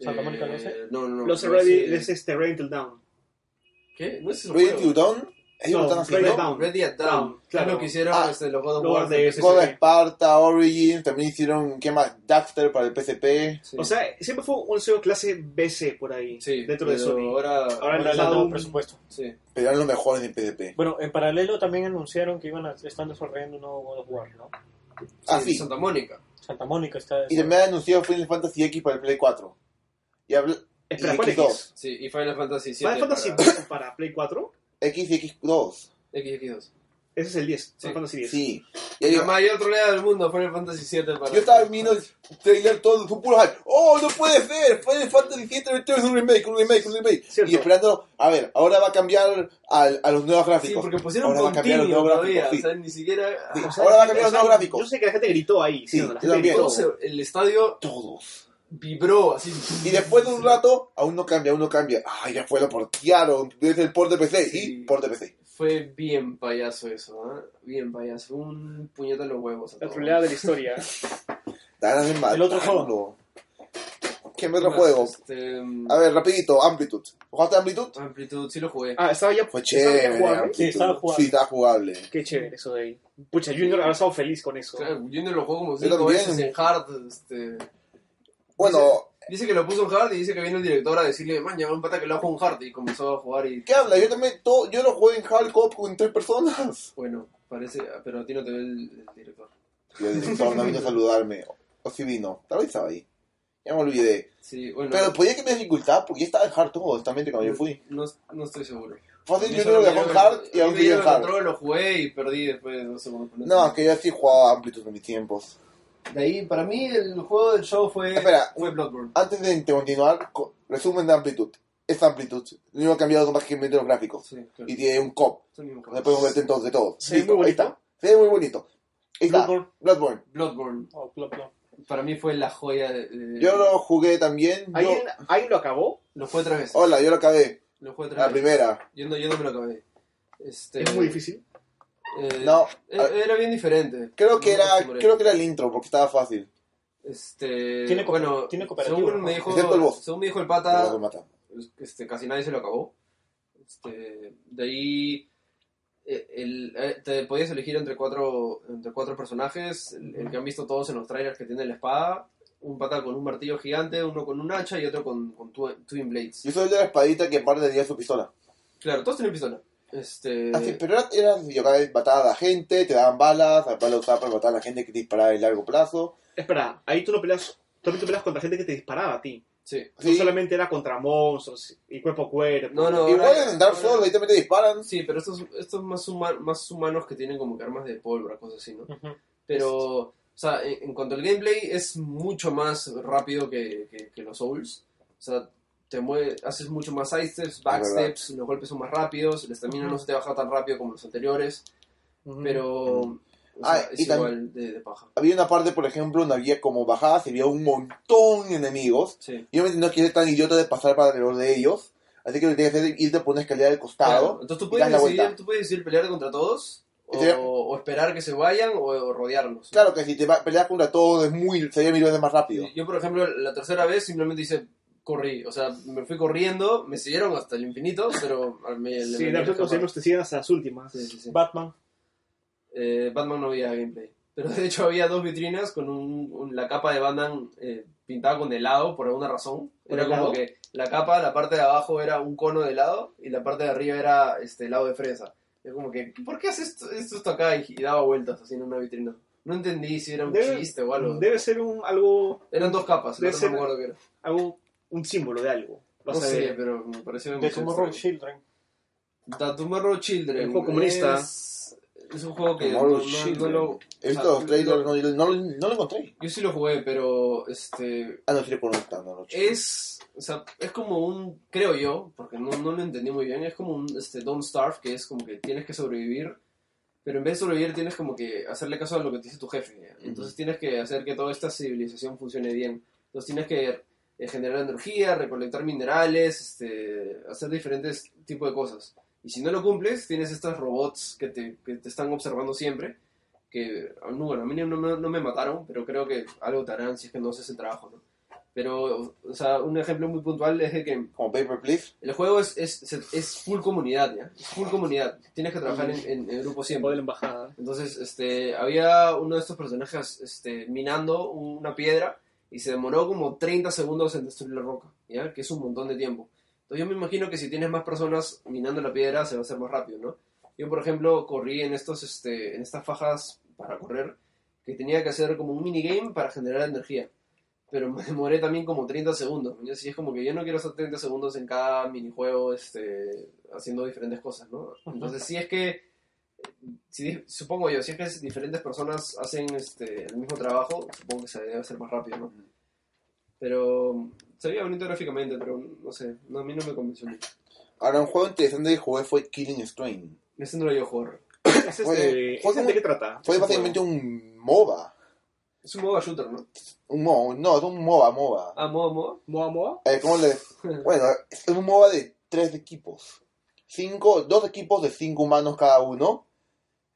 Santa Mónica lo hace.
Eh, No, no, no.
Los
lo hace-
Ready es este Until Down.
¿Qué? No es eso.
Ready to Down. Ellos
No,
lo están
Ready
haciendo.
to Dawn.
Ready at Dawn.
Dawn, claro.
Es lo que hicieron
Ah,
este, los God of
Lord
War.
de-
Sí,
sí.
God of Sparta, Origins. También hicieron, ¿qué más? Daxter para el PSP.
sí.
O sea, siempre fue un juego clase BC por ahí.
Sí,
dentro de
pero
Sony.
Ahora,
Ahora le
Ahora
han
le han
dado
dado
presupuesto.
sí.
Pero eran los mejores en PSP.
Bueno, en paralelo también anunciaron que iban a, están desarrollando un nuevo God of War, ¿no?
Ah,
sí,
sí.
Santa Mónica.
Santa Mónica está...
Y también ha anunciado Final Fantasy X para el Play 4. Y habl-
Espera,
y
¿cuál
X2.
es?
Sí, y Final Fantasy VII.
Final Fantasy
para-
para... para Play 4,
X y X2.
XX2.
ese es el 10.
Sí.
Final Fantasy 10.
Sí. Y ahí
La
va.
mayor troleada del mundo, Final Fantasy VII. Para
Yo estaba viendo el trailer todo, fue puro hype. ¡Oh, no puede ser! Final Fantasy VII Returns, un remake, un remake, un remake.
Cierto.
Y esperando, a ver, ahora va a cambiar al- a los nuevos
Sí,
gráficos.
porque pusieron
Ahora va a cambiar los
continuo
nuevos
todavía.
gráficos, sí.
O sea, ni siquiera...
Sí,
Ah,
ahora va a
O
cambiar los
sea,
nuevos
Yo
gráficos.
sé que la gente gritó ahí. Sí,
Sí,
no, la
yo
gente
también.
todo
gritó.
se- el estadio
Todos.
vibró así.
Y después de un rato, aún no cambia, aún no cambia. ¡Ay, ya fue, lo portearon! Desde el port de PC.
Sí.
Y port de PC.
Fue bien payaso eso, ¿ah? Bien payaso. Un puñetazo en los huevos. a
La
todos.
troleada de la historia.
Ganas de matarlo.
El otro
¿Qué me otro
Más,
juego?
Este,
A ver, rapidito, Amplitude. ¿Jugaste Amplitude?
Amplitud, sí lo jugué.
Ah, estaba ya.
Fue
estaba ya
chévere.
jugable.
Amplitude.
Sí, estaba jugable.
Sí, estaba jugable.
Qué chévere eso de ahí. Pucha, Junior habrá estado feliz con eso.
Claro, yo no lo juego como
Yo
cinco
también.
veces en hard. Este...
Bueno,
Dice que lo puso en hard y dice que vino el director a decirle, man, llamó un pata que lo hago en hard. Y comenzó a jugar y
¿Qué habla? Yo también, todo, yo lo juego en Hardcore con tres personas. *laughs*
Bueno, parece, ah, pero a ti no te ve el, el director.
Y el director no vino a saludarme. O si vino, tal vez estaba ahí. Ya me olvidé.
Sí, bueno.
Pero podía que me dificultaba porque ya estaba en Hardcore honestamente cuando pues, yo fui.
No, no estoy seguro.
Fácil, yo
Yo
creo
solo
que
miré
dejó en
el-
Hard y
yo
aún
miré
sigue en
el
Hard.
control, lo jugué y perdí después de dos segundos.
No, es que yo sí jugaba Amplitude en mis tiempos.
De ahí, para mí, el juego del show fue,
Espera.
fue Bloodborne.
Antes de de continuar, co- resumen de Amplitude. Es Amplitude. Lo único que ha cambiado más que los gráficos.
Sí, claro.
Y tiene un cop.
Es el mismo juego.
Le podemos meter entonces de todo.
Se ve muy
ahí
bonito.
está. Se ve muy bonito. Ahí está.
Bloodborne.
Bloodborne.
Bloodborne,
Oh, Club, Club.
para mí fue la joya. de- de-
Yo lo jugué también. Yo-
¿Alguien, ¿Alguien lo acabó?
lo jugué tres veces.
Hola, yo lo acabé.
Lo jugué tres
La
veces.
primera.
Yo no, yo no me lo acabé. Este,
Es muy difícil.
eh,
No,
eh, Era bien diferente.
Creo que
No me
era,
acostumbré.
creo que era el intro porque estaba fácil.
Este,
Tiene co-
bueno,
tiene cooperativo,
según me
¿no?
dijo,
Excepto el boss.
según me dijo el
Pero
pata,
lo mata.
este, casi nadie se lo acabó. Este, de ahí eh, el- eh, te podías elegir entre cuatro, entre cuatro personajes, el, el que han visto todos en los trailers que tiene la espada, un pata con un martillo gigante, uno con un hacha y otro con, con twi- twin blades.
Yo soy el de la espadita que parte tenía su pistola.
Claro, todos tienen pistola. Este,
Así, Ah, pero era, era yo cada vez mataba a la gente, te daban balas, la bala usaba para matar a la gente que te disparaba de largo plazo.
Espera, ahí tú no peleas. También tú peleas contra gente que te disparaba a ti.
sí.
No
Sí.
solamente era contra monstruos y cuerpo a cuerpo.
No, no,
Igual
ahora-
en andar
ahora-
solo, ahí también te disparan.
Sí, pero estos, estos más, huma- más humanos que tienen como que armas de pólvora, cosas así, ¿no?
Ujú.
Pero,
Este.
o sea, en, en cuanto al gameplay, es mucho más rápido que, que- que los Souls. O sea, te mueve, haces mucho más side steps, back
Es verdad.
steps, los golpes son más rápidos, la estamina
Ujú.
no se te baja tan rápido como los anteriores,
Ujú.
pero o sea,
Mm. Ah,
es
y tam-
igual de, de paja.
Había una parte, por ejemplo, donde había como bajadas y había un montón de enemigos.
Sí.
Yo no quise ser tan idiota de pasar para alrededor de ellos. Así que lo que tienes que hacer es irte por una escalera del
Claro,
costado.
Entonces tú
y das
puedes,
la
decidir,
vuelta.
tú puedes decidir pelear contra todos, o,
Sí.
o esperar que se vayan, o, o rodearlos.
Claro, que si te va- peleas contra todos es muy, sería mil veces más rápido.
Yo, por ejemplo, la tercera vez simplemente hice corrí. O sea, me fui corriendo, me siguieron hasta el infinito, pero me,
Sí,
me-
en Dark Souls
me-
conseguimos te siguen hasta las últimas.
Sí, sí, sí.
Batman.
Eh, Batman no había gameplay. Pero de hecho había dos vitrinas con un, un- la capa de Batman eh, pintada con helado por alguna razón.
¿Con
Era como
helado?
que la capa, la parte de abajo era un cono de helado y la parte de arriba era este helado de fresa. Yo como que, ¿por qué haces esto, esto hasta acá? Y, y daba vueltas así en una vitrina. No entendí si era un
Debe-
chiste o algo.
Debe ser un algo,
Eran dos capas, la
debe ser-
otra no me acuerdo qué era.
algo, un símbolo de algo.
No
Vas a
sé,
ver.
pero me pareció
De
demasiado
Tomorrow
extraño.
Children.
The Tomorrow Children.
El juego comunista.
Es, es un juego que
Tomorrow
no- no- no
Children.
lo-
He visto
o sea,
los trailers, no, no, no lo encontré.
Yo sí lo jugué, pero este
Ah, no, sí lo conectan, no, no, chico.
es, o sea, es como un, creo yo, porque no, no lo entendí muy bien, es como un este, Don't Starve, que es como que tienes que sobrevivir, pero en vez de sobrevivir tienes como que hacerle caso a lo que te dice tu jefe. ¿ya? Entonces tienes que hacer que toda esta civilización funcione bien. Entonces tienes que eh, generar energía, recolectar minerales, este, hacer diferentes tipos de cosas. Y si no lo cumples, tienes estos robots que te, que te están observando siempre. Que, bueno, a mí no, me- no me mataron, pero creo que algo te harán si es que no haces el trabajo, ¿no? Pero, o sea, un ejemplo muy puntual es de que
Como Paper Please.
el juego es, es, se- es full comunidad, ¿ya? Es full comunidad. Tienes que trabajar en, en, en
Tiempo
grupo
de
siempre.
la embajada.
Entonces, este, había uno de estos personajes este, minando una piedra y se demoró como 30 segundos en destruir la roca, ¿ya? Que es un montón de tiempo. Entonces, yo me imagino que si tienes más personas minando la piedra, se va a hacer más rápido, ¿no? Yo, por ejemplo, corrí en, estos, este, en estas fajas para correr que tenía que hacer como un minigame para generar energía. Pero me demoré también como 30 segundos. ¿no? Y es como que yo no quiero hacer 30 segundos en cada minijuego este, haciendo diferentes cosas, ¿no? Entonces, si es que, si- supongo yo, si es que diferentes personas hacen este, el mismo trabajo, supongo que se debe hacer más rápido,
Mm.
¿no? Pero se veía bonito gráficamente, pero no sé, no, a mí no me convenció mucho.
Ahora, un juego interesante que jugué fue Killing Strain.
Ese no lo yo jugar.
¿Es este,
Oye,
¿es
fue
este
como-
de qué trata?
Fue
Ese
básicamente un MOBA.
Es un modo shooter, ¿no?
Un MOBA, no, es un MOBA, MOBA.
Ah, modo, modo.
¿Moa Moa?
Eh, ¿cómo *laughs* le- Bueno, es un MOBA de tres equipos. Cinco, dos equipos de cinco humanos cada uno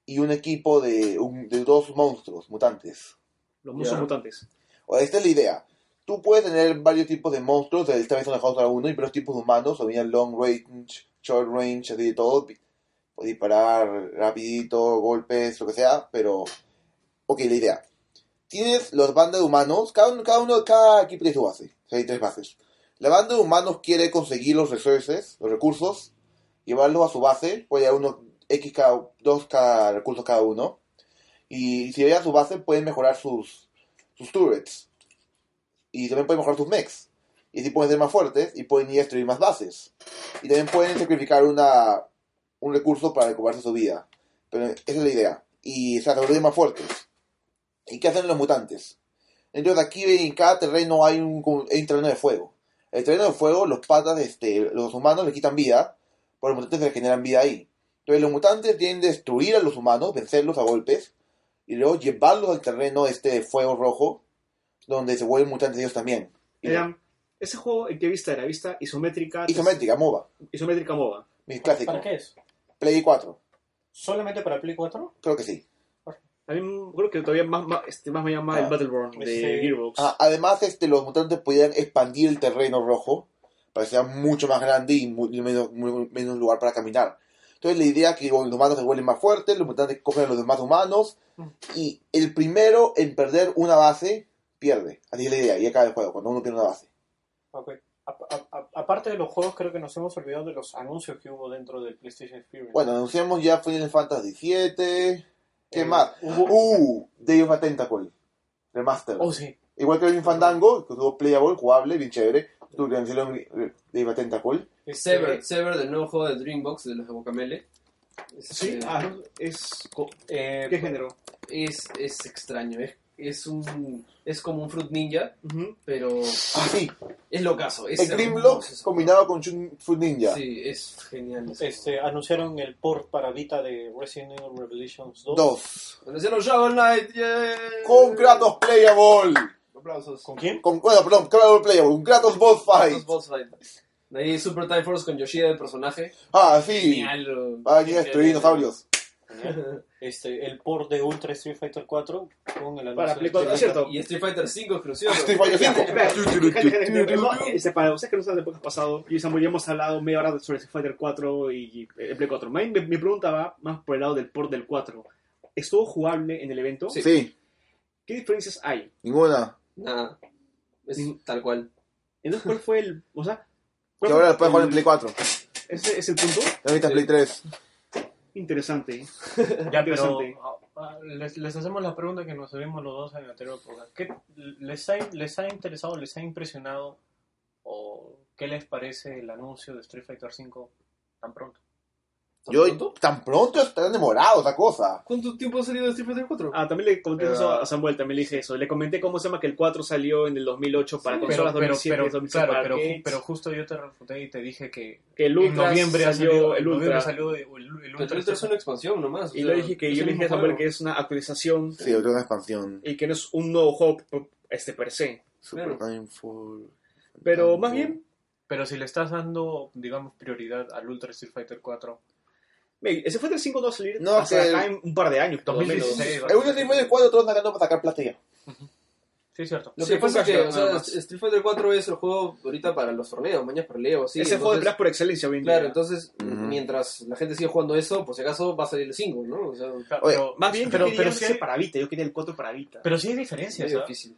y un equipo de, un- de dos monstruos, mutantes.
Los
Ya.
musos mutantes.
O esta es la idea. Tú puedes tener varios tipos de monstruos, esta vez son dejados a uno, y varios tipos de humanos, o bien long range, short range, así de todo. Puedes disparar rapidito, golpes, lo que sea, pero... Ok, la idea. Tienes los bandas de humanos, cada uno, cada uno, cada equipo tiene su base, o sea, hay tres bases. La banda de humanos quiere conseguir los resources, los recursos, llevarlos a su base, puede llevar unos X cada, dos cada recursos cada uno. Y si llega a su base, pueden mejorar sus, sus turrets. Y también pueden mejorar sus mechs. Y así pueden ser más fuertes y pueden ir a destruir más bases. Y también pueden sacrificar una, un recurso para recuperarse su vida. Pero esa es la idea. Y o sea, se vuelven más fuertes. ¿Y qué hacen los mutantes? Entonces aquí en cada terreno hay un, hay un terreno de fuego. El terreno de fuego, los patas, este, los humanos le quitan vida, pero los mutantes le generan vida ahí. Entonces los mutantes tienen que destruir a los humanos, vencerlos a golpes, y luego llevarlos al terreno este de fuego rojo, donde se vuelven mutantes ellos también. Y-
Eran, ese juego, ¿en qué vista era? ¿Vista isométrica?
Isométrica, MOBA,
Isométrica MOBA.
mi clásico.
¿Para qué es?
Play 4,
¿Solamente para Play 4?
creo que sí.
A mí mm, creo que todavía más, más, este, más me llama
Ah.
el Battleborn de
Ese-
Gearbox.
Ah, además, este, los mutantes podían expandir el terreno rojo para que sea mucho más grande y mu- y menos, mu- menos lugar para caminar. Entonces, la idea es que bueno, los humanos se vuelven más fuertes, los mutantes cogen a los demás humanos
Mm.
y el primero en perder una base pierde. Así es la idea, y acaba el juego, cuando uno pierde una base.
Ok. A- a- a- aparte de los juegos, creo que nos hemos olvidado de los anuncios que hubo dentro del PlayStation Experience.
Bueno, anunciamos ya Final Fantasy VII. ¿Qué
Eh,
más?
hubo-
¡Uh! Day of a Tentacle. Remaster.
Oh, sí.
Igual que Green Fandango, que tuvo playable, jugable, bien chévere. Tuvo que cancelar un- eh, Day of a Tentacle.
Este,
Sever, Sever del nuevo juego de Dreambox de los de Guacamele.
Sí,
Este,
ah, es... co-
eh,
¿Qué género?
es, es extraño, es, es un es como un Fruit Ninja,
*laughs*
Ujú.
pero
Ah, sí.
es locazo. Es
El Grimlock
hermoso.
combinado con Chun Fruit Ninja.
Sí, es genial. eso.
este, anunciaron el port para Vita de Resident Evil Revelations 2.
Dos.
Anunciaron Shovel Knight, yeah.
Con Kratos Playable.
Aplausos.
¿Con quién?
Con, bueno, perdón, Kratos Playable. Un Kratos Boss
Kratos
Fight.
Boss Fight. De ahí Super Time Force con Yoshida de personaje.
Ah, sí.
Genial.
Va a venir a destruir dinosaurios.
este, el port de Ultra Street Fighter 4 con el anuncio de
Para Play
Street
4,
Fighter.
es cierto.
Y Street Fighter 5 exclusivo.
Street
*laughs*
Fighter
Espera, espera, gente, gente, gente, no,
5.
este, Para ustedes que no saben de podcast pasado, yo y Samuel ya hemos hablado media hora sobre Street Fighter 4 y eh, el Play 4. Mi, mi- mi pregunta va más por el lado del port del 4. ¿Estuvo jugable en el evento?
Sí,
¿Qué diferencias hay?
ninguna.
Nada. Es
Mm.
tal cual.
Entonces, ¿cuál fue el...? O sea,
Que
¿cuál fue
ahora lo puedes jugar en
el-
Play 4.
Ese es el punto
Ahorita en Play 3.
interesante.
Ya, pero
Interesante.
a- a- les, les hacemos la pregunta que nos subimos los dos en el anterior podcast. ¿Qué les ha, les ha interesado, les ha impresionado o qué les parece el anuncio de Street Fighter V tan pronto?
¿Tan
Yo,
pronto?
tan pronto están demorados esa cosa.
¿Cuánto tiempo ha salido de Street Fighter 4?
Ah, también le comenté
Eh,
eso a Samuel, también le dije eso. Le comenté cómo se llama que el 4 salió en el 2008 para
Sí,
consolas 2007,
pero,
2006
claro,
para
pero, ju-
arcades,
pero justo yo te refuté y te dije que
que el Ultra
en noviembre
salió,
salió,
el
en
Ultra.
noviembre salió el, el
Pero
Ultra.
el Ultra es una expansión nomás. o
y
sea,
le dije que
es
yo
el
le dije a
mismo
Samuel
juego.
que es una actualización
Sí, otra expansión.
y que no es un nuevo juego p- este per se.
Super Time Fall.
Pero
Time
más
Fall.
bien,
Pero si le estás dando, digamos, prioridad al Ultra Street Fighter 4,
mira, ese fue del 5 no va a salir
No,
hasta
que-
acá en un par de años, por lo menos.
2016.
El Ultra Street Fighter 4 todos sacando para sacar plata ya.
sí es cierto.
Lo
Sí,
que pasa es
fue un
que o
cash
sea,
out, nada más.
Street Fighter 4 es el juego ahorita para los torneos, mañana para Leo, sí.
ese juego de
entonces-
peleas por excelencia hoy en día.
Claro, entonces,
Ujú.
mientras la gente sigue jugando eso, por si acaso va a salir el 5, ¿no? O sea,
Claro,
Oye,
pero,
más bien,
pero,
yo quería
pero,
ese
sí, hay-
para Vita, yo quería el 4 para Vita.
pero sí hay
es
diferencias.
medio
¿ah?
difícil.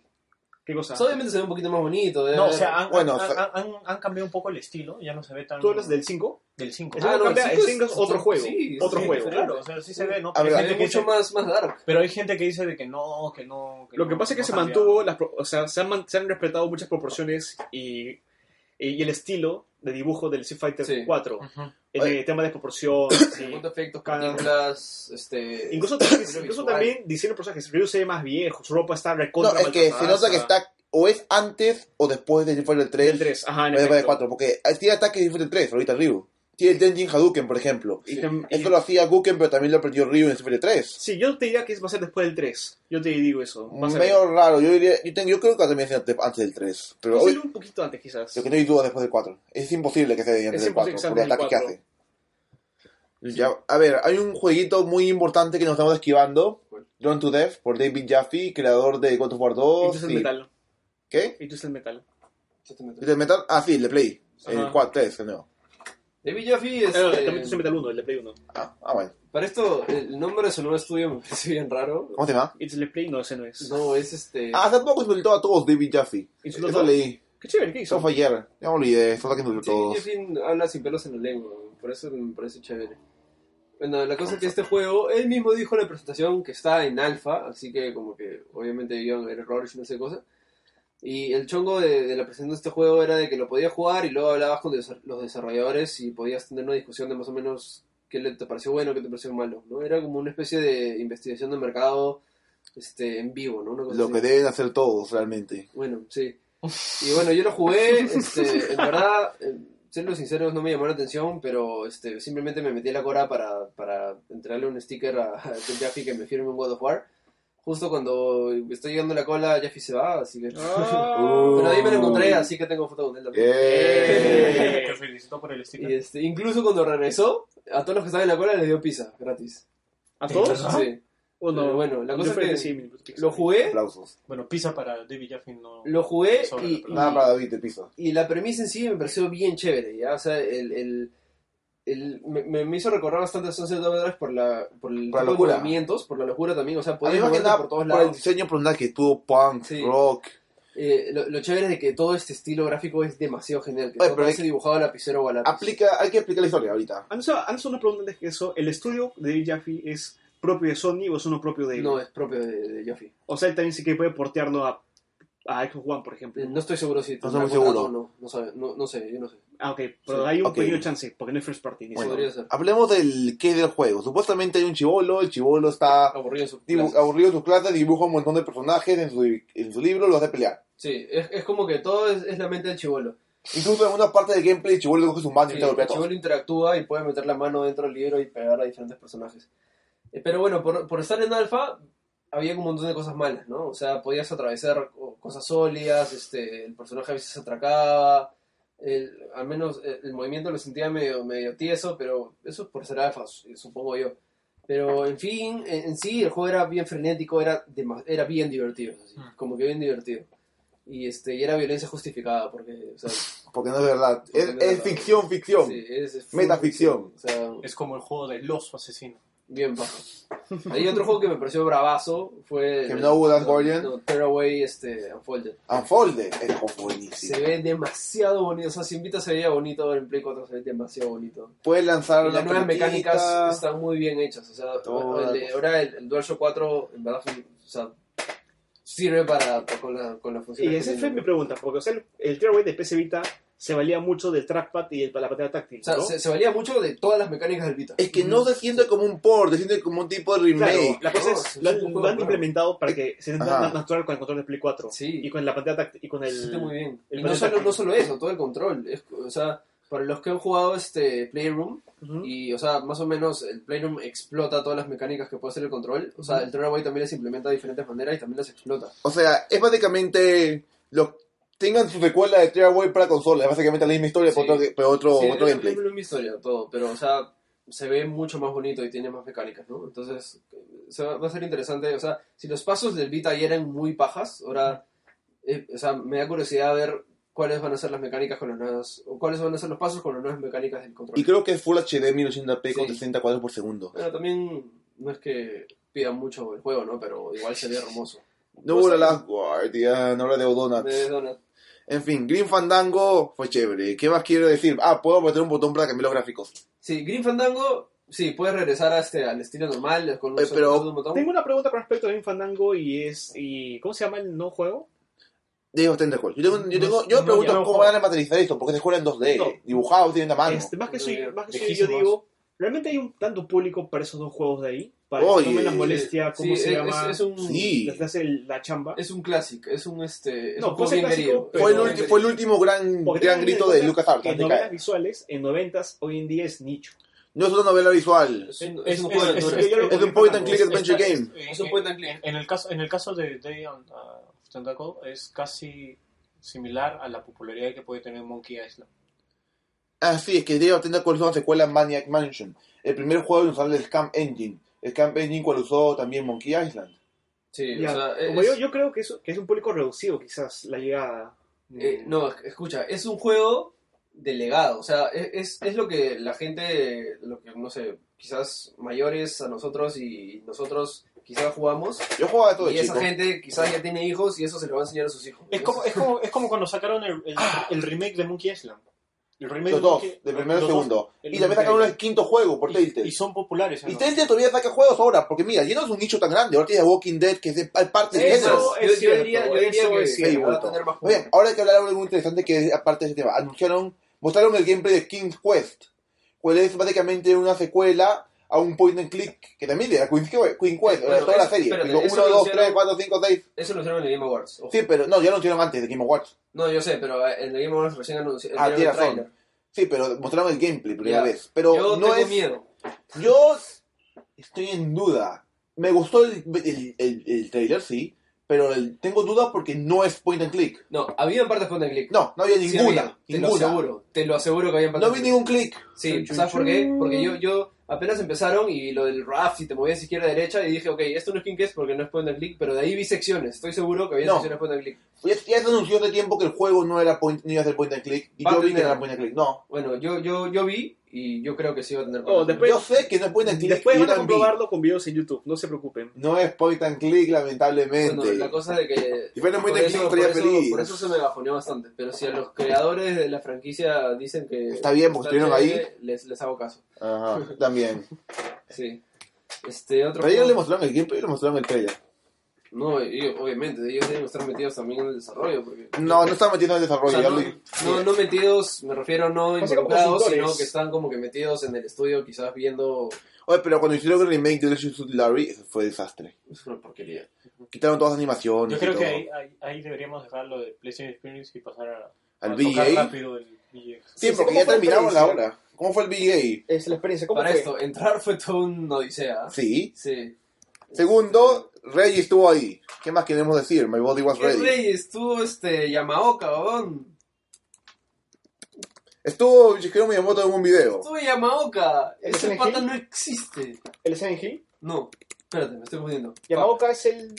¿Qué cosa?
O sea, obviamente se ve un poquito más bonito. debe
No, o
haber-
sea, han,
Bueno,
han-
o sea-
han- han- han cambiado un poco el estilo, ya no se ve tan...
¿Tú hablas del 5?
Del 5.
Ah, no, cambia, el cinco es otro juego, otro
sí,
juego,
diferente.
claro, o sea, sí se ve, ¿no?
A
Pero
ver,
Se
hay,
ve
gente que
mucho
dice,
más, más dark.
pero hay gente que dice de que no, que no, que
Lo que
no,
pasa es que
no
se
cambiaron.
mantuvo, las, pro- o sea, se han, man- se han respetado muchas proporciones y, y- y el estilo de dibujo del Street Fighter
Sí.
4.
Ujú.
En
Oye.
el tema de
*coughs*
proporción.
Se cuenta efectos,
Cada-
partículas, este...
incluso también,
Visual.
incluso también diseño de personajes. Ryu se ve más viejo, su ropa está recontra
No, es que se
maltratada,
nota que
o sea,
está o es antes o después de Street Fighter 3.
El 3, ajá, en
O Street Fighter
efecto.
4. Porque tiene ataques de Street Fighter 3, ahorita Ryu. Tiene el Tenjin Hadouken, por ejemplo.
Y tam- y-
Esto lo hacía Guken, pero también lo aprendió Ryu en Street Fighter 3.
Sí, yo te diría que es- va a ser después del 3. Yo te digo eso. Va a ser-
Mm, Medio raro, yo, diría, yo, tengo, yo creo que también es antes antes del 3. Pero
va a ser
hoy,
un poquito antes, quizás.
lo que no hay duda después del 4. Es imposible que sea antes
Es
del 4,
imposible que sea
por el
antes
ataque
del
que hace. Ya, a ver, hay un jueguito muy importante que nos estamos esquivando.
¿Cuál?
Drawn to Death, por David Jaffe, creador de God of War 2.
Entonces
y-
el metal.
¿Qué?
Entonces el metal.
¿Y el metal? Ah, sí, el de Play. El
Ajá.
4, 3, el nuevo.
David Jaffe es...
Eh, no, también Twisted metal 1, el de Play 1.
Ah, ah, bueno.
este, Para esto, el nombre de su nuevo estudio me parece bien raro.
¿Cómo se llama?
It's el Play, no, ese no es.
No, es este...
Ah, hace poco insultó a todos David Jaffe.
Insultó a
Eso
todos.
leí.
Qué chévere, ¿qué
Eso
hizo?
fue ayer. Ya me olvidé. Eso es lo que
Sí,
insultó a todos.
Jeffy habla sin pelos en la lengua, por eso me parece chévere. Bueno, la cosa es que este juego, él mismo dijo en la presentación que está en alfa, así que como que obviamente iban a haber errores y no sé qué cosa. Y el chongo de, de la presentación de este juego era de que lo podías jugar y luego hablabas con desa- los desarrolladores y podías tener una discusión de más o menos qué le te pareció bueno, qué te pareció malo, ¿no? Era como una especie de investigación de mercado este, en vivo, ¿no? Una cosa
Lo
así.
que deben hacer todos realmente.
Bueno, sí. Y bueno, yo
*laughs*
lo jugué, este, en verdad, eh, siendo sinceros, no me llamó la atención, pero este, simplemente me metí a la cora para, para entregarle un sticker a, a Tim Jaffe que me firme un God of War. Justo cuando estoy llegando a la cola, Jaffe se va, así que...
Ah.
Pero ahí me lo encontré, así que tengo foto con él también. *laughs*
¡Eh!
Te felicito por el
Y
sticker.
este, incluso cuando regresó, a todos los que estaban en la cola les dio pizza, gratis.
¿A todos?
¿Verdad?
Sí.
¿O no?
Pero bueno, la
¿Ah? Yo
cosa es
creo
que
sí, mi-
lo jugué,
Aplausos.
Bueno, pisa para David Jaffe no...
lo jugué
Sobre la
y- y,
Nada para David, te piso.
Y la premisa en sí me pareció bien chévere, ¿ya? O sea, el, el, el- me- me, me hizo recordar bastante a Sunset Overdrive por, la, por el
Por la
tipo de
locura.
movimientos, por la locura también. O sea,
A mí
podías
más que
moverte
nada
por todos
el
lados.
diseño personal que estuvo punk,
Sí.
rock.
Eh, lo, lo chévere es de que todo este estilo gráfico es demasiado genial. Que
Oye,
todo
pero hay-
parece dibujado a lapicero o a lápiz.
Aplica, hay que explicar la historia ahorita.
Antes, antes una pregunta antes que eso. ¿El estudio de David Jaffe es propio de Sony o es uno propio de él?
No, es propio de, de Eh, Jaffe.
O sea, él también sí que puede portearlo a, a Xbox One, por ejemplo.
Eh, No estoy seguro si
No estoy muy
tendrá contrato
seguro.
o No, no, sabe- no, no sé, yo no sé.
Ah, ok. Pero hay un
ok.
pequeño chance, porque no es first party. Ni
Bueno.
seguro.
podría ser.
Hablemos del qué del juego. Supuestamente hay un chivolo, el chivolo está
Aburrido su
dibu-
clase.
aburrido en sus clases, dibuja un montón de personajes en su, en su libro, los hace pelear.
Sí, es, es como que todo es, es la mente del chivolo.
Incluso en una parte del gameplay el chivolo coge su mano y
Sí,
te golpea a
el
todos.
chivolo interactúa y puede meter la mano dentro del libro y pegar a diferentes personajes. Eh, Pero bueno, por, por estar en alfa, había un montón de cosas malas, ¿no? O sea, podías atravesar co- cosas sólidas, este, el personaje a veces se atracaba, el- al menos eh, el movimiento lo sentía medio, medio tieso, pero eso es por ser alfa, su- eh, supongo yo. Pero en fin, en, en sí el juego era bien frenético, era, dema- era bien divertido, así,
Mm.
como que bien divertido. Y, este, y era violencia justificada, porque o sea,
Porque no es verdad. Es,
Porque no es
es
verdad.
ficción, ficción.
sí, es- es full
Metaficción.
ficción, O sea,
Es como el juego del oso asesino.
bien bajo. Hay otro juego que me pareció bravazo, fue...
Que no hubo Last
no,
Guardian.
no, Tearaway este, Unfolded.
Unfolded es como buenísimo.
Se ve demasiado bonito, o sea, si invita se veía bonito, en Play 4 se ve demasiado bonito.
Puedes lanzar
Y
una
las nuevas
pelotita.
mecánicas están muy bien hechas. O sea,
Todas.
el de- ahora el, el DualShock 4, en verdad, fun- o sea, sirve para, para- con, la, con la función.
Y
que
esa
tiene.
fue mi pregunta, porque o sea, el, el tearaway de PC Vita se valía mucho del trackpad y el, la pantalla táctil.
O sea,
¿no?
se, se valía mucho de todas las mecánicas del Vita.
Es que no se siente como un port, se siente como un tipo de
Claro,
remake.
la cosa es, lo,
No, es un
lo
juego,
han
claro.
implementado para que se sienta
Ajá.
más natural con el control de Play 4.
Sí.
Y con la pantalla táctil y con
Se siente muy
el...
bien.
el
y no
panel
solo,
táctil.
no solo eso, todo el control. Es- o sea, para los que han jugado este Playroom,
Ujú.
y, o sea, más o menos el Playroom explota todas las mecánicas que puede hacer el control. O sea, el Tearaway también las implementa de diferentes maneras y también las explota.
O sea, es básicamente. Lo, tengan su secuela de Tearaway para consola. Es básicamente la misma historia,
Sí.
pero otro, pero otro,
Sí,
otro
es
gameplay.
la misma historia, todo, pero, o sea, se ve mucho más bonito y tiene más mecánicas, ¿no? Entonces, se va, va a ser interesante, o sea, si los pasos del Vita ya eran muy pajas, ahora, eh, o sea, me da curiosidad ver cuáles van a ser las mecánicas con las nuevas, o cuáles van a ser los pasos con las nuevas mecánicas del control.
Y creo que es Full HD 1080p con
Sí.
60 cuadros por segundo.
Bueno, también no es que pida mucho el juego, ¿no? Pero igual se ve hermoso.
No hubo la Last Guardian, ahora de O'Donnell.
Me dona-
En fin, Green Fandango fue chévere. ¿Qué más quiero decir? Ah, puedo meter un botón para cambiar los gráficos.
Sí, Green Fandango, sí, puedes regresar a este, al estilo normal, con un
Eh,
solo
pero-
un botón.
Tengo una pregunta con respecto a Green Fandango y es... Y, ¿Cómo se llama el no juego?
De bastante juego. Yo, tengo, yo, tengo, yo
No,
me
ya
pregunto
no
cómo
juego.
van a materializar esto, porque se juega en 2D,
No.
dibujado, tienen la mano.
Este, más que soy, más que soy yo
Lejísimos.
digo, ¿realmente hay un tanto público para esos dos juegos de ahí? Para
Oye.
que tomen la molestia, ¿cómo
Sí,
se
es-
llama?
es un-
sí.
Les hace el- la chamba.
Es un clásico, es un este. es
No,
un
puede
juego
ser
bien
clásico,
querido.
pero-
fue, el
no, este
ulti- fue el último gran,
Porque
gran
tengan en
grito de
cuenta
Lucas
que En novelas visuales, en noventas, hoy en día es nicho.
No es una novela visual.
Es un, es un juego de
es-
aventura.
es- yo lo-
Es un point and click
Es-
adventure
esta-
game.
es-
Es un point and click.
En, en el caso, en el caso de Day on uh, of Tentacle es casi similar a la popularidad que puede tener Monkey Island.
Ah, sí, es que Diego tiene cuál es una secuela Maniac Mansion. El primer juego en usar el Scamp Engine. El Scamp Engine cual usó también Monkey Island.
Sí,
Ya,
o sea,
como
es-
yo, yo creo que es, que es un público reducido, quizás, la llegada. Mm.
eh, no, esc- escucha, es un juego delegado. O sea, es, es- es lo que la gente, lo que, no sé, quizás mayores a nosotros y nosotros quizás jugamos.
Yo jugaba todo
Y
de
esa
chico.
gente quizás ya tiene hijos y eso se lo va a enseñar a sus hijos.
Es como, es como, es como cuando sacaron el, el, el remake de Monkey Island. El remake
Ah. Los
de
dos,
Monkey-
del primero
los
y
dos.
segundo.
el
Y también sacaron
Monkey
el quinto juego por Telltale.
Y, y son populares. ¿no?
Y Telltale todavía saca juegos ahora, porque mira, ya no es un nicho tan grande. Ahora tiene Walking Dead, que es de- parte de
Eso,
género.
Eso
yo,
es
yo
cierto,
diría, yo diría
eso
que,
es
que
Sí,
va a
bulto.
tener más
Oye, ahora hay que hablar de algo muy interesante que es aparte de ese tema. Anunciaron, mostraron el gameplay de King's Quest, cuál es básicamente una secuela a un point and click, que también era Queen's Que- Queen Quest,
Bueno,
toda la
es-
serie.
espérate,
Digo,
eso
uno,
lo
dos,
anunciaron-
tres, cuatro, cinco, seis.
Eso lo hicieron en el Game Awards. ojo.
Sí, pero no, ya lo hicieron antes de Game of Watch.
No, yo sé, pero eh, en el Game Awards recién anunciaron
Ah,
el
tienes razón.
tráiler.
Sí, pero mostraron el gameplay primera
Ya.
vez. Pero
yo
no
tengo
es.
miedo.
Yo estoy en duda. Me gustó el, el, el, el trailer, sí, pero el- tengo duda porque no es point and click.
No, habían partes con el click.
No, no había
Sí,
ninguna.
había, Te lo
ninguna.
aseguro, te lo aseguro que habían
No
pasado.
vi ningún click.
Sí, ¿sabes por qué? Porque yo, yo apenas empezaron y lo del raft y te movías izquierda a derecha y dije, ok, esto no es King Quest porque no es point and click, pero de ahí vi secciones, estoy seguro que había
No.
secciones point and click.
Ya, ya se anunció hace tiempo que el juego no era point, no iba a ser point and click. Y
Va a
yo vi que
tener.
no era point and click. No.
Bueno, yo, yo, yo vi y yo creo que sí iba a tener point
Oh,
and click.
Después-
yo sé que no es point and click.
Después
y
van
yo
a
también vi.
comprobarlo con videos en YouTube, no se preocupen.
No es point and click, lamentablemente.
Bueno, la cosa de que...
Si fuera muy
por
de
eso-
click,
por,
estaría
eso,
feliz.
por eso se me bajoneó bastante, pero si a los creadores de la franquicia dicen que...
Está bien, porque estuvieron
chévere, Les, les hago caso,
Ajá,
*laughs*
también.
sí. Este, otro
Pero ellos
juego-
le mostraron el gameplay, le mostraron el trailer.
No, y- obviamente, ellos deben estar metidos también en el desarrollo, porque...
No, no estaba metiendo en el
O
desarrollo.
sea,
ya
no,
lo-
no, no metidos, me refiero no
O sea, como
involucrados,
consultores.
sino que están como que metidos en el estudio, quizás viendo.
Oye, pero cuando hicieron el remake de Delicious Food Larry, eso fue desastre.
Es una porquería.
Quitaron todas las animaciones.
Yo
y
creo que
todo.
ahí, ahí, ahí deberíamos dejar lo de PlayStation Experience y pasar a,
Al
a
VGA.
tocar rápido el VGA.
Sí,
Sí,
porque
¿cómo fue
ya
la
terminaron la
experiencia?
hora. ¿Cómo fue el VGA?
Es la experiencia. ¿Cómo
Para
fue?
esto, entrar fue toda una odisea. ¿eh?
Sí.
Sí.
Segundo, Reggie estuvo ahí. ¿Qué más queremos decir? My body was
¿Qué
ready.
rey estuvo este Yamaoka, cabrón?
Estuvo Shigeru Miyamoto en un video.
Soy Yamaoka.
¿Eres
Ese
NG?
pata no existe.
¿El Silent Hill?
No, espérate, me estoy confundiendo.
Yamaoka es el.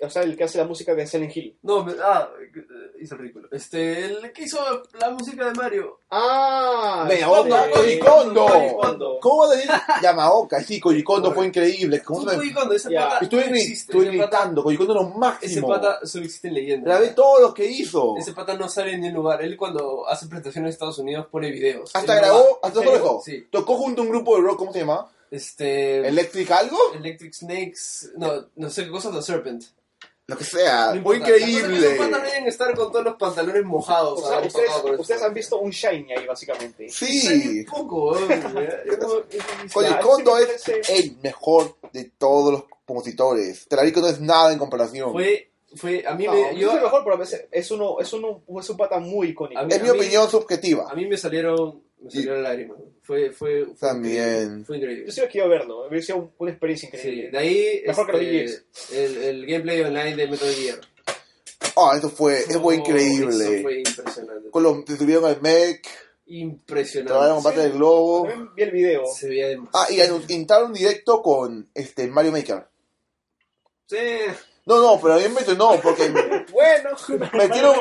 O sea, el que hace la música de Silent Hill.
No, me, ah, eh, hizo el ridículo. Este, el que hizo la música de Mario.
¡Ah!
Miyamoto,
este-
Koji Kondo.
Koji Kondo.
¿Cómo va a decir Yamaoka? Sí, Koyikondo fue increíble. ¿Cómo
Tú,
se me-
Koji Kondo, ese
Ya.
pata
Estuve,
no
gri-
existe.
estuve
ese, pata,
gritando, Koyikondo era lo
ese
máximo.
pata solo existe en leyenda.
Grabé todo lo que hizo.
Ese pata no sale en ningún lugar. Él cuando hace presentaciones en Estados Unidos pone videos.
Hasta
Él no
grabó,
va-
hasta
¿En serio?
tocó.
Sí.
Tocó junto a un grupo de rock, ¿cómo se llama?
Este...
¿Electric algo?
Electric Snakes... No, no sé qué cosa, The Serpent.
Lo que sea.
No
Fue
importa. La cosa es que
Ah, increíble.
Esos patas no deben estar con todos los pantalones mojados.
O sea,
haber
ustedes,
tocado con esos
ustedes
patas.
han visto un shiny ahí, básicamente.
Sí.
Poco, weón. Yo no- yo no he visto
Koji
Ya,
nada.
Kondo
ese me
es
parece-
el mejor de todos los compositores. Telarico no es nada en comparación.
Fue... Fue, a mí
No,
me,
yo
yo,
es el mejor, pero a veces es uno, es uno, es un pata muy icónico.
A mí-
es mi opinión subjetiva.
A mí me salieron, me
Sí.
salieron lágrimas. Fue, fue, fue
También.
increíble, Fue increíble.
Yo sí lo quiero verlo, hubiera sido un- una experiencia
Sí,
increíble.
de ahí este,
Mejor que los
el, el gameplay online de Metal Gear.
Ah, eso fue, eso fue
Oh,
increíble.
Eso fue impresionante.
Con los, te tuvieron al mech, trabajaron
Impresionante.
combate del globo.
También vi el video.
Se veía demasiado.
Ah, y anun- intentaron directo con este Mario Maker.
Sí.
No, no, pero a mí me no, porque
*laughs*
*laughs*
Bueno, ah.
metieron,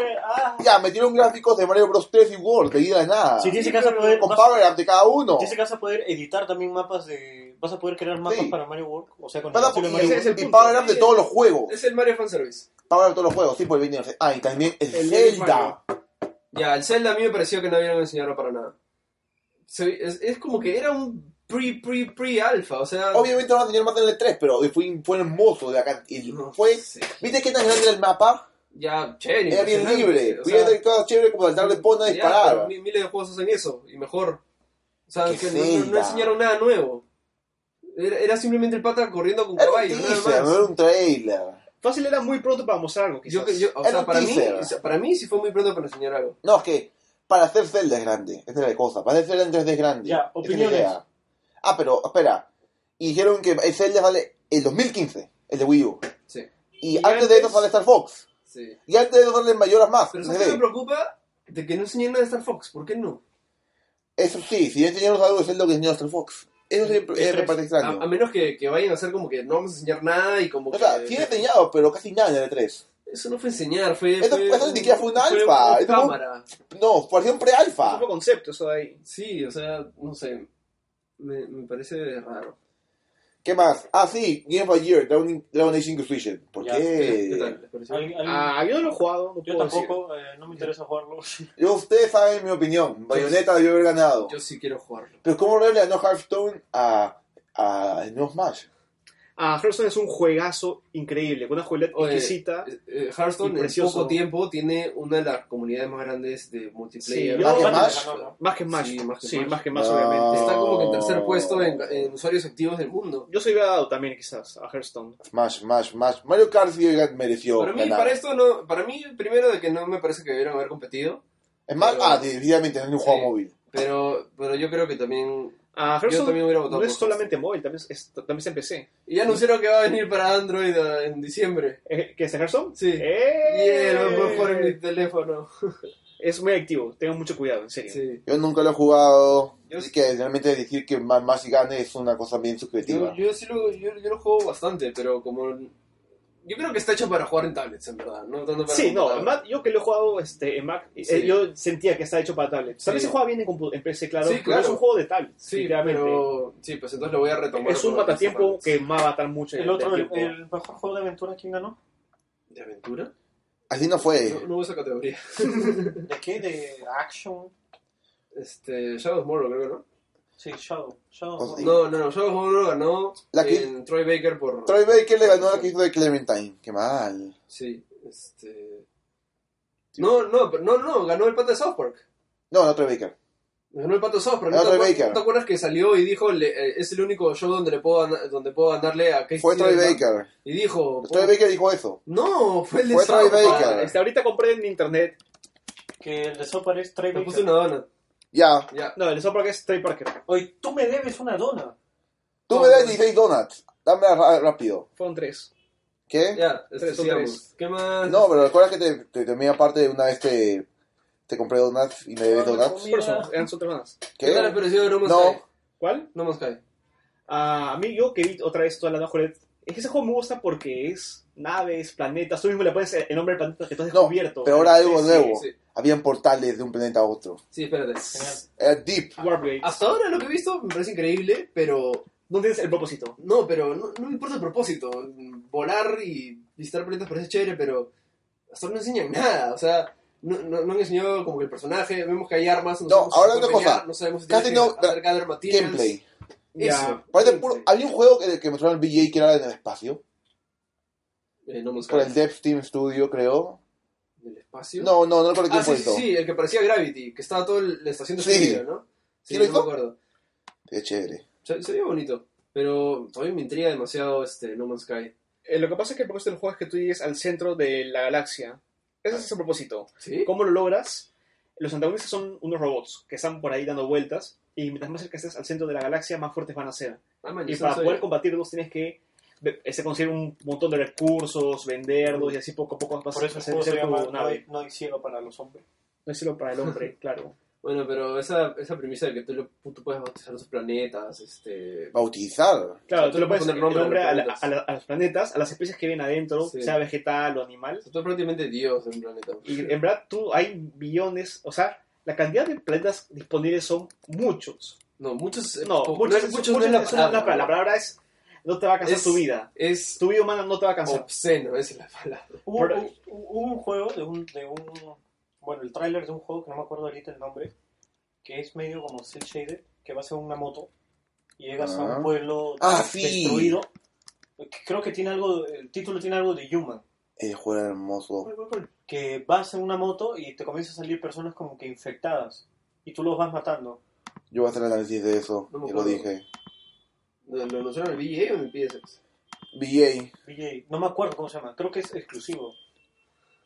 ya, metieron gráficos de Mario Bros 3 y World, de a nada.
Si tienes que vas a poder,
Con
vas-
Power Up de cada uno.
tienes que vas a poder editar también mapas de. Vas a poder crear mapas
Sí.
para Mario World. O sea, con el
Nada,
estilo de
y-
Mario
ese
World.
es el
y
punto.
Power Up de todos los juegos.
Es el Mario Fanservice.
Power Up de todos los juegos, sí, por el venir. Ah, y también el
El
Zelda.
Ya, el Zelda a mí me pareció que no habían enseñado para nada. Se ve- es, es como que era un pre, pre, pre alfa. O sea.
Obviamente no van a tener más en el 3, pero fue, fue hermoso de acá. Y
no
fue,
sé.
¿viste qué tan grande era el mapa?
Ya, chévere.
Era bien
impresionante,
libre.
o sea,
Hubiera estado chévere como saltar de pona y
Ya,
disparar.
pero mi- miles de juegos hacen eso, y mejor. O sea,
Qué
que no- no, no
Zelda.
enseñaron nada nuevo. Era, era simplemente el pata corriendo con
Era un
caballo,
teaser,
nada
no era
más.
un trailer.
Fácil era muy pronto para mostrar algo,
Yo,
quizás.
que- yo, o
Era
sea,
un
para mí,
teaser.
o sea, para mí sí fue muy pronto para enseñar algo.
No, es que para hacer Zelda es grande. Esa es la cosa. Para hacer Zelda en 3D es grande.
Ya,
Esa es la
opiniones.
idea. Ah, pero espera. Y dijeron que el Zelda sale el 2015, el de Wii U.
Sí,
Y,
Y
antes, de
antes-
eso sale Star Fox.
sí.
Y antes de eso salen Mayoras más.
Pero eso
3D.
sí me preocupa de que no enseñen nada de Star Fox, ¿por qué no?
Eso sí, si enseñaron algo de Zelda que enseñó Star Fox. Eso sí me- eh, me parece
A,
extraño.
a menos que, que vayan a hacer como que no vamos a enseñar nada y como
o sea,
que...
sí han enseñado, pero casi nada en el 3
Eso no fue enseñar, fue...
Eso-
fue
eso ni siquiera fue un alfa,
una
eso fue un-
cámara.
No, versión pre-alfa.
Eso fue concepto, eso de ahí.
Sí, o sea, no sé. Me, me parece raro.
¿Qué más? Ah, sí, Game of the Year, Dragon, Dragon Age Inquisition. ¿Por
Ya,
qué?
¿Qué tal? ¿Les pareció?
Alguien- alguien-
Ah, yo no lo he jugado, no
yo
puedo
tampoco, eh, no me interesa jugarlo. *laughs*
Yo, ustedes saben mi opinión. Bayonetta debió haber ganado.
Yo sí quiero jugarlo.
Pero ¿cómo Rare le ganó Hearthstone a, a el nuevo Smash?
decir. Ah, Hearthstone es un juegazo increíble, con una jugabilidad
Oye,
exquisita.
Eh, eh, Hearthstone
Y
en
precioso.
poco tiempo tiene una de las comunidades más grandes de multiplayer.
Sí, yo- Más que
Smash.
Más que Smash.
Sí,
Sí,
más
más
que
que
Smash.
Smash,
No.
obviamente.
Está como que en
Oh.
tercer puesto en, en usuarios activos del mundo.
Yo soy dado también, quizás, a Hearthstone.
Smash, Smash, Smash. Mario Kart sí gan- mereció
Para mí,
ganar.
para esto no, para mí, primero de que no me parece que debieron haber competido,
Smash,
pero-
ah, definitivamente es un juego
Sí.
móvil.
pero, pero yo creo que también.
Ah, Hearthstone
también hubiera votado
no es
por Hearthstone.
solamente móvil, también es, es- también es en PC.
Y ya anunciaron que va a venir para Android eh, en diciembre.
Eh, ¿Qué es Hearthstone?
Sí.
¡Eh!
Yeah, lo puedo jugar en mi teléfono.
Es muy activo, tengan mucho cuidado, en serio.
Sí.
Yo nunca lo he jugado.
Yo
así
sí.
que realmente decir que Ma- Smash gane es una cosa bien
Yo,
subjetiva.
yo sí lo, yo, yo lo juego bastante, pero como. Yo creo que está hecho para jugar en tablets, en verdad. No tanto para
Sí, no, en
computadora.
Mac- yo que lo he jugado este, en Mac, eh,
Sí.
yo sentía que está hecho para tablet. También
Sí.
se juega bien en, compu- en PC, claro,
Sí,
pero
claro.
es un juego de tablet,
Sí,
literalmente.
pero... Sí, pues entonces lo voy a retomar.
Es un
por-
matatiempo que va a matar mucho.
El
de-
otro,
de
el,
tiempo.
el mejor juego de aventura, ¿quién ganó?
¿De aventura?
Así no fue.
No, no hubo esa categoría.
¿De qué? ¿De Action?
Este... Shadow of Mordor, creo, ¿no?
Sí, Shadow. Shadow.
Pues sí.
No, no, no. Shadow of Mordor ganó
La que-
en Troy Baker por...
Troy Baker le ganó a la que hizo de Clementine. Qué mal.
Sí, este... No, no, pero- no, no, ganó el pata de South Park.
No, no Troy Baker.
Ganó el pato South Park. ¿No
Ganó
te,
Troy
acuer-
Baker.
¿no te acuerdas que salió y dijo, le- eh, es el único show donde le puedo, gana- donde puedo ganarle a Casey?
Fue Troy
Neistat"?
Baker.
Y dijo...
Troy
"Oh,
Baker dijo eso.
No, fue el de
Fue Troy
South Park.
Baker.
Este, ahorita compré en internet.
Que el de Sopar es Trey
Me
Baker.
puse una dona.
Ya.
Ya.
No, el South Park es Trey Parker.
Oye, tú me debes una dona.
Tú
No,
me das
no.
16 donuts. Dame ra- rápido.
Fueron tres.
¿Qué?
Ya, este,
Tres, son
sigamos.
tres.
¿Qué más?
No, pero recuerda que te, te, te aparte de una vez te, te compré donuts y me debes donuts.
Por eso, eran soternas.
¿Qué tal les
¿Qué?
pareció No Man's
No.
Sky?
¿Cuál?
No Man's Sky.
Ah, a mí yo que vi otra vez toda la Juliet, es que ese juego me gusta porque es naves, planetas, tú mismo le pones el nombre del planeta que tú has
No,
descubierto.
pero ahora algo
Sí,
nuevo.
sí.
Habían portales de un planeta a otro.
Sí, espérate.
Era Deep.
Ah,
Wargate.
Hasta ahora lo que he visto me parece increíble, pero.
No tienes el propósito.
No, pero no, no me importa el propósito. Volar y visitar planetas parece chévere, pero. Hasta ahora no enseñan nada. O sea, no, no, no han enseñado como que el personaje. Vemos que hay armas. No,
No,
sabemos si
ahora
se puede
una cosa.
pelear, No sabemos si
Casi
tiene
no-
que acercar arma materials.
Gameplay.
Eso.
Parece puro, había un juego que, que mostraron el BJ que era en el espacio.
Eh, no Man's
Por
Sky.
el Dev Team Studio, creo.
¿Del espacio?
No, no, no recuerdo quién
Ah,
fue
sí, sí,
esto.
sí, el que parecía Gravity, que estaba toda la estación
Sí.
destruida, ¿no?
¿Sí
Sí,
lo
no me
hizo?
acuerdo.
Qué chévere.
Se, se veía bonito, pero todavía me intriga demasiado este No Man's Sky.
Eh, lo que pasa es que el propósito del juego es que tú llegues al centro de la galaxia. Ese es el propósito.
¿Sí?
¿Cómo lo logras? Los antagonistas son unos robots que están por ahí dando vueltas y mientras más cerca estés al centro de la galaxia, más fuertes van a ser.
Ah, man,
Y
eso no
para
sabía.
poder combatirlos tienes que ve- este, conseguir un montón de recursos, venderlos y así poco a poco vas
Por eso el
hacer-
juego se
hacer tu
llama No
nave.
hay, no hay cielo para los hombres.
No es solo para el
*laughs*
hombre, claro.
Bueno, pero esa, esa premisa de que tú, lo- tú puedes bautizar los planetas, este...
Bautizar.
Claro,
tú
tú
le
le puedes
pones
poner
nombre
nombre,
a los
a, la-
planetas.
a la- a los planetas, a las especies que vienen adentro,
Sí.
sea vegetal o animal.
Tú eres prácticamente Dios en un planeta.
Y eh, en verdad, tú hay billones, o sea, la cantidad de planetas disponibles son muchos.
No, muchos... eh,
No,
po-
muchos,
es-
muchos,
no es la
la
palabra.
palabra. La palabra es, no te va a cansar
Es-
tu vida.
Es
Tu vida humana no te va a cansar.
obsceno, esa es la palabra.
Hubo,
Por-
hubo- hubo un juego de un, de un. Bueno, el tráiler de un juego que no me acuerdo ahorita el nombre, que es medio como Cell Shaded, que va a ser una moto y llegas a
Ah.
un pueblo
Ah, sí.
destruido. que Creo que tiene algo. El título tiene algo de Human.
El juego era hermoso.
Que vas en una moto y te comienzan a salir personas como que infectadas y tú los vas matando.
Yo voy a hacer análisis de eso.
No me
yo lo
acuerdo.
dije.
¿Lo lo anunciaron en el VGA o en el PSX?
BJ.
BJ, no me acuerdo cómo se llama, creo que es exclusivo.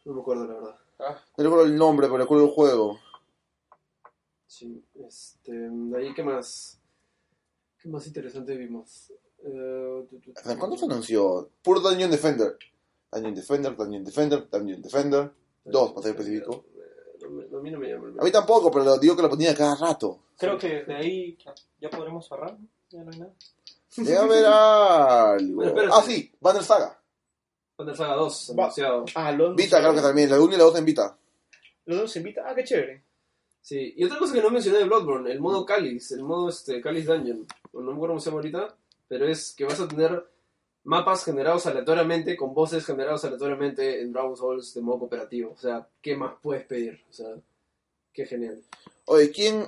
No me acuerdo, la verdad.
No recuerdo el nombre, pero recuerdo el juego.
Sí, este, de ahí qué más, qué más interesante vimos. Eh, tu, tu, tu.
¿Hasta cuándo se anunció? Puro Dungeon Defender. Dungeon Defender, Dungeon Defender, Dungeon Defender. Dos, para ser específico.
Eh, No, me- no, a mí no me llama. el-
A mí tampoco, pero lo digo que lo ponía cada rato.
Creo que de ahí ya podremos cerrar, ya no hay nada.
Llega a ver algo.
Bueno, espérate.
Ah, sí, Banner Saga.
Thunder Saga 2,
Va-
anunciado.
Ah, lo
Vita, claro que también. La 1 y la 2 en Vita.
Los dos invita. Ah, qué chévere.
Sí, y otra cosa que no mencioné de Bloodborne, el modo Calis, el modo este, Calis Dungeon. O no me acuerdo cómo se llama ahorita, pero es que vas a tener mapas generados aleatoriamente, con voces generados aleatoriamente en Dragon Souls de modo cooperativo. O sea, ¿qué más puedes pedir? O sea, qué genial.
Oye, ¿quién?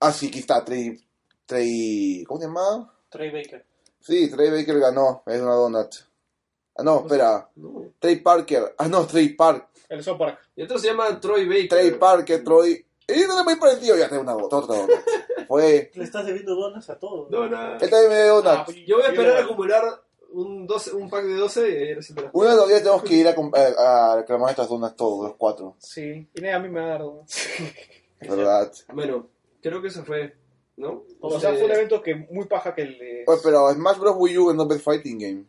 Ah, sí, aquí está. Trey. Trey. ¿Cómo se llama?
Trey Baker.
Sí, Trey Baker ganó. Es una donut. Ah, no, espera.
No.
Trey Parker. Ah, no, Trey Park.
El South Park.
Y otro se llama Troy Baker.
Trey Parker, Troy. Y no me parecido. Ya tengo una bota, otra donut. Fue.
Le estás debiendo donas a todos.
No, nada.
Esta vez me dio donut.
Ah,
Yo voy a esperar a
igual.
acumular un, 12 un pack de eh, 12 y ahí recién te las-
Uno de los días tenemos que ir a, comp- a, a reclamar estas donas todos, los cuatro.
Sí. Y nada, a mí me va a dar dos.
¿Verdad?
Bueno, creo que eso fue, ¿no?
O sea,
Este,
fue un evento que muy paja que el de...
Pues Oye, pero Smash Bros. Wii U es no best fighting game.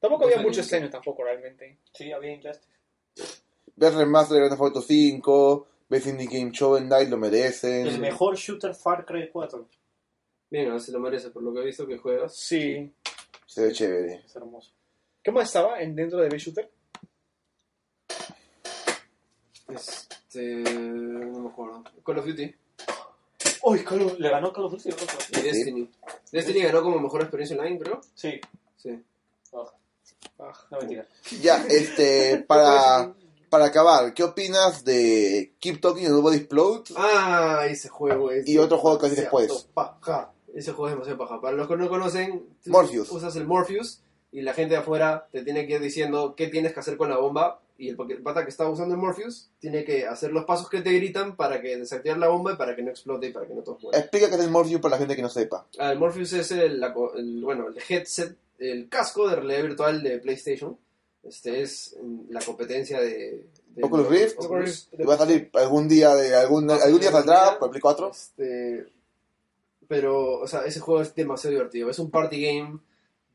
Tampoco había
Pues,
mucho
ahí.
este año tampoco realmente.
Sí, había Injustice.
Best Remaster de Grand Theft Auto 5, Best Indie Game Show and Night lo merecen.
El mejor shooter Far Cry 4.
Bien, a ver si lo merece por lo que he visto que juegas.
Sí.
Se ve chévere.
Es hermoso.
¿Qué más estaba en dentro de Best Shooter?
Este. No me acuerdo. Call of Duty
Uy, Call of- le ganó Call of Duty. ¿no?
y Destiny. Destiny ganó como mejor experiencia online, creo.
Sí,
Sí.
no mentira.
Ya, este, para, para acabar, ¿qué opinas de Keep Talking and Nobody Explodes?
Ah, ese juego es.
Y otro juego que hay
demasiado
después.
Paja. Ese juego es demasiado paja. Para los que no conocen, tú
Morpheus.
usas el Morpheus y la gente de afuera te tiene que ir diciendo qué tienes que hacer con la bomba. Y el pa- el pata que está usando el Morpheus tiene que hacer los pasos que te gritan para que desactivar la bomba y para que no explote y para que no todos mueran.
Explica qué es el Morpheus para la gente que no sepa.
Ah, el Morpheus es el, la co- el- bueno, el headset, el casco de realidad virtual de PlayStation. Este es mm, la competencia de, de
Oculus Rift.
Oculus.
Y va a salir algún día, de algún, algún día saldrá para Play 4.
Este, pero, o sea, ese juego es demasiado divertido. Es un party game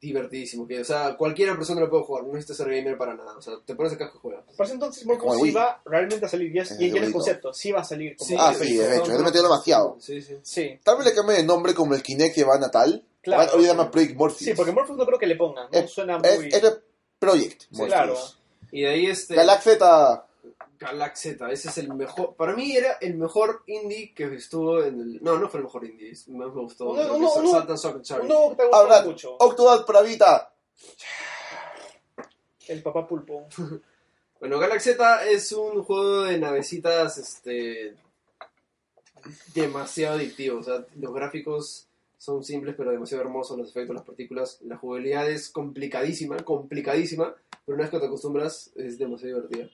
divertidísimo. Que, o sea, cualquiera persona lo puede jugar, no necesitas ser gamer para nada. O sea, te pones el casco y juegas.
Por eso entonces
Como
Morcom
el
sí
Wii.
va realmente a salir, ya es,
Es
ya ya es el
bonito.
concepto, sí va a salir. como-
Sí,
ah,
sí,
sí, de hecho,
no,
se metió demasiado.
Sí, sí.
Sí,
Tal vez le cambie de nombre como el Kinect que va a Natal.
Claro.
Hoy se llama Project Morpheus.
sí, porque Morpheus no creo que le pongan, no
Es-
suena
es,
muy...
es de Project
Sí,
Morpheus.
claro.
Y de ahí este.
Galaxeta.
Galaxeta, ese es el mejor. Para mí era el mejor indie que estuvo en el. No, no fue el mejor indie, es- más me gustó.
Uno-
lo que
uno-
es
uno-
Salt and Socket Charlie.
No te gusta
Ahora, oh.
mucho,
Octodad Pravita.
el papá pulpo.
Bueno, Galaxeta es un juego de navecitas este demasiado adictivo. O sea, los gráficos son simples pero demasiado hermosos, los efectos, las partículas. La jugabilidad es complicadísima, complicadísima, pero una vez que te acostumbras es demasiado divertida.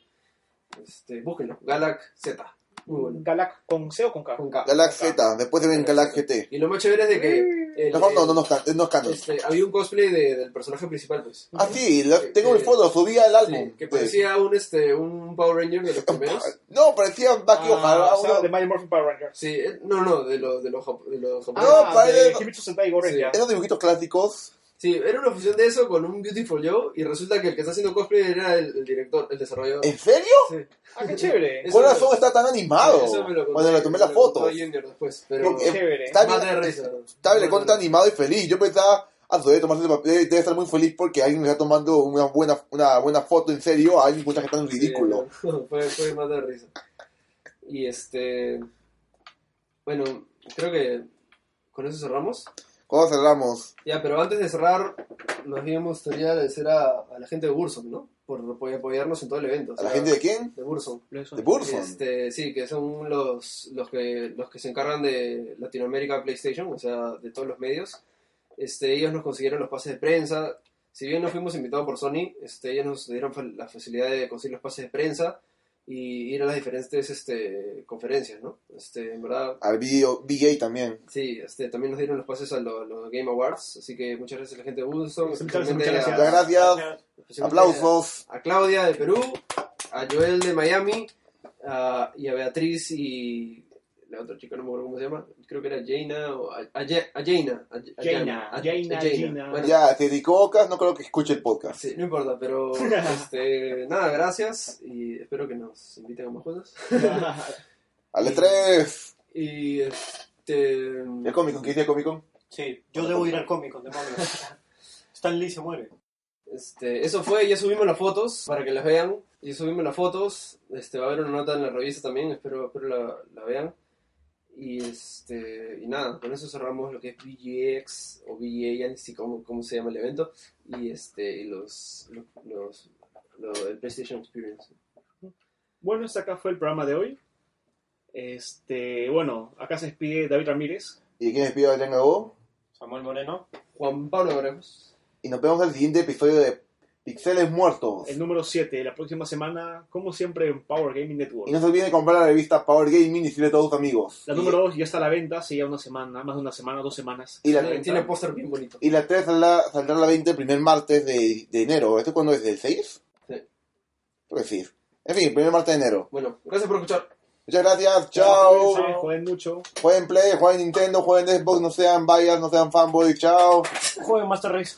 Este, búsquenlo, Galaxeta. Muy bueno.
Galac con C o con K.
Con K.
Galaxeta. Después se ven Galax GT.
Y lo más chévere es de que el-
Mejor no,
el-
no nos can- no nos canon.
Este, había un cosplay de- del personaje principal, pues.
Ah, sí, la-
Sí,
tengo mi
sí.
foto, subía el álbum.
Sí, que parecía un, este, un Power Ranger de los
*laughs*
primeros.
No, parecía Baki
Ah,
Ojalá.
o sea, de Mario Morphin Power Rangers.
Sí, eh, no, no, de los de los jap- de los japoneses.
Ah,
Ah, de
parece-
Kimitsu Sentai Go Renja.
Esos dibujitos clásicos.
Sí, era una fusión de eso con un Beautiful Joe y resulta que el que está haciendo cosplay era el, el director, el desarrollador.
¿En serio?
Sí.
Ah, qué chévere.
*laughs*
Eso
¿Cuál
me-
razón está tan animado?
Eso me lo contó-
Cuando le tomé Eh,
me
la
lo contó
foto.
Junior después, pero
No,
Qué chévere.
Está bien,
Más de risa.
estaba le está animado y feliz. Yo pensaba, ah, debe tomarse ese papel, debe estar muy feliz porque alguien le está tomando una buena, una buena foto en serio a alguien que está tan ridículo.
Sí, *laughs* fue, fue más de risa. Y este. Bueno, creo que con eso cerramos.
¿Cómo cerramos?
Ya, pero antes de cerrar, nos habíamos gustaría agradecer a, a la gente de Burson, ¿no? Por, por apoyarnos en todo el evento. o
¿A la
sea,
gente de quién?
de Burson.
De Burson.
Este, sí, que son los, los, que, los que se encargan de Latinoamérica PlayStation, o sea, de todos los medios. Este, ellos nos consiguieron los pases de prensa. Si bien no fuimos invitados por Sony, este, ellos nos dieron fa- la facilidad de conseguir los pases de prensa y ir a las diferentes este, conferencias, ¿no? Este, en verdad,
Al video, VJ también.
Sí, este, también nos dieron los pases a lo- los Game Awards, así que muchas gracias a la gente de Wilson,
Muchas
especialmente
gracias.
a-
Muchas gracias.
especialmente
Aplausos.
A, a Claudia de Perú, a Joel de Miami, a- y a Beatriz y la otra chica, no me acuerdo cómo se llama, creo que era Jaina o a, a, Ye- a Jaina. a- a
Jaina,
a- a
Jaina, Gina.
Bueno,
Ya, este te dedicocas, no creo que escuche el podcast.
sí, no importa,
*laughs*
pero este, nada, gracias y espero que nos inviten a más cosas.
Al E3.
y este...
El Comic Con, ¿qué dice el Comic Con?
Sí, yo debo ir al cómic con demonios. Stan Lee se muere.
Este, eso fue, ya subimos las fotos para que las vean. Ya subimos las fotos. Este, va a haber una nota en la revista también, espero, espero la, la vean. Y este y nada, con eso cerramos lo que es VGX o VGA, ya ni sé cómo, cómo se llama el evento. Y este y los, los, los- lo- el PlayStation Experience.
Bueno, hasta acá fue el programa de hoy. Este, bueno, acá se despide David Ramírez.
¿Y quién despido a Gabo?
Samuel Moreno.
Juan Pablo Barajos.
Y nos vemos en el siguiente episodio de Pixeles Muertos.
El número 7, la próxima semana, como siempre, en Power Gaming Network.
Y no se olviden de comprar la revista Power Gaming y sirve a todos tus amigos.
La número 2 ya está a la venta, hace ya una semana, más de una semana, dos semanas.
Y la,
Tiene, tiene póster bien bonito.
y la 3 saldrá, saldrá la 20 el primer martes de, de enero. ¿Esto cuándo es? ¿Del 6?
Sí.
Creo que sí. En fin, primer martes de enero.
Bueno, gracias por escuchar.
Muchas gracias,
Sí,
chao.
Joden mucho.
Jueguen Play, jueguen Nintendo, jueguen Xbox, no sean bias, no sean fanboy, chao.
Joven Master Race.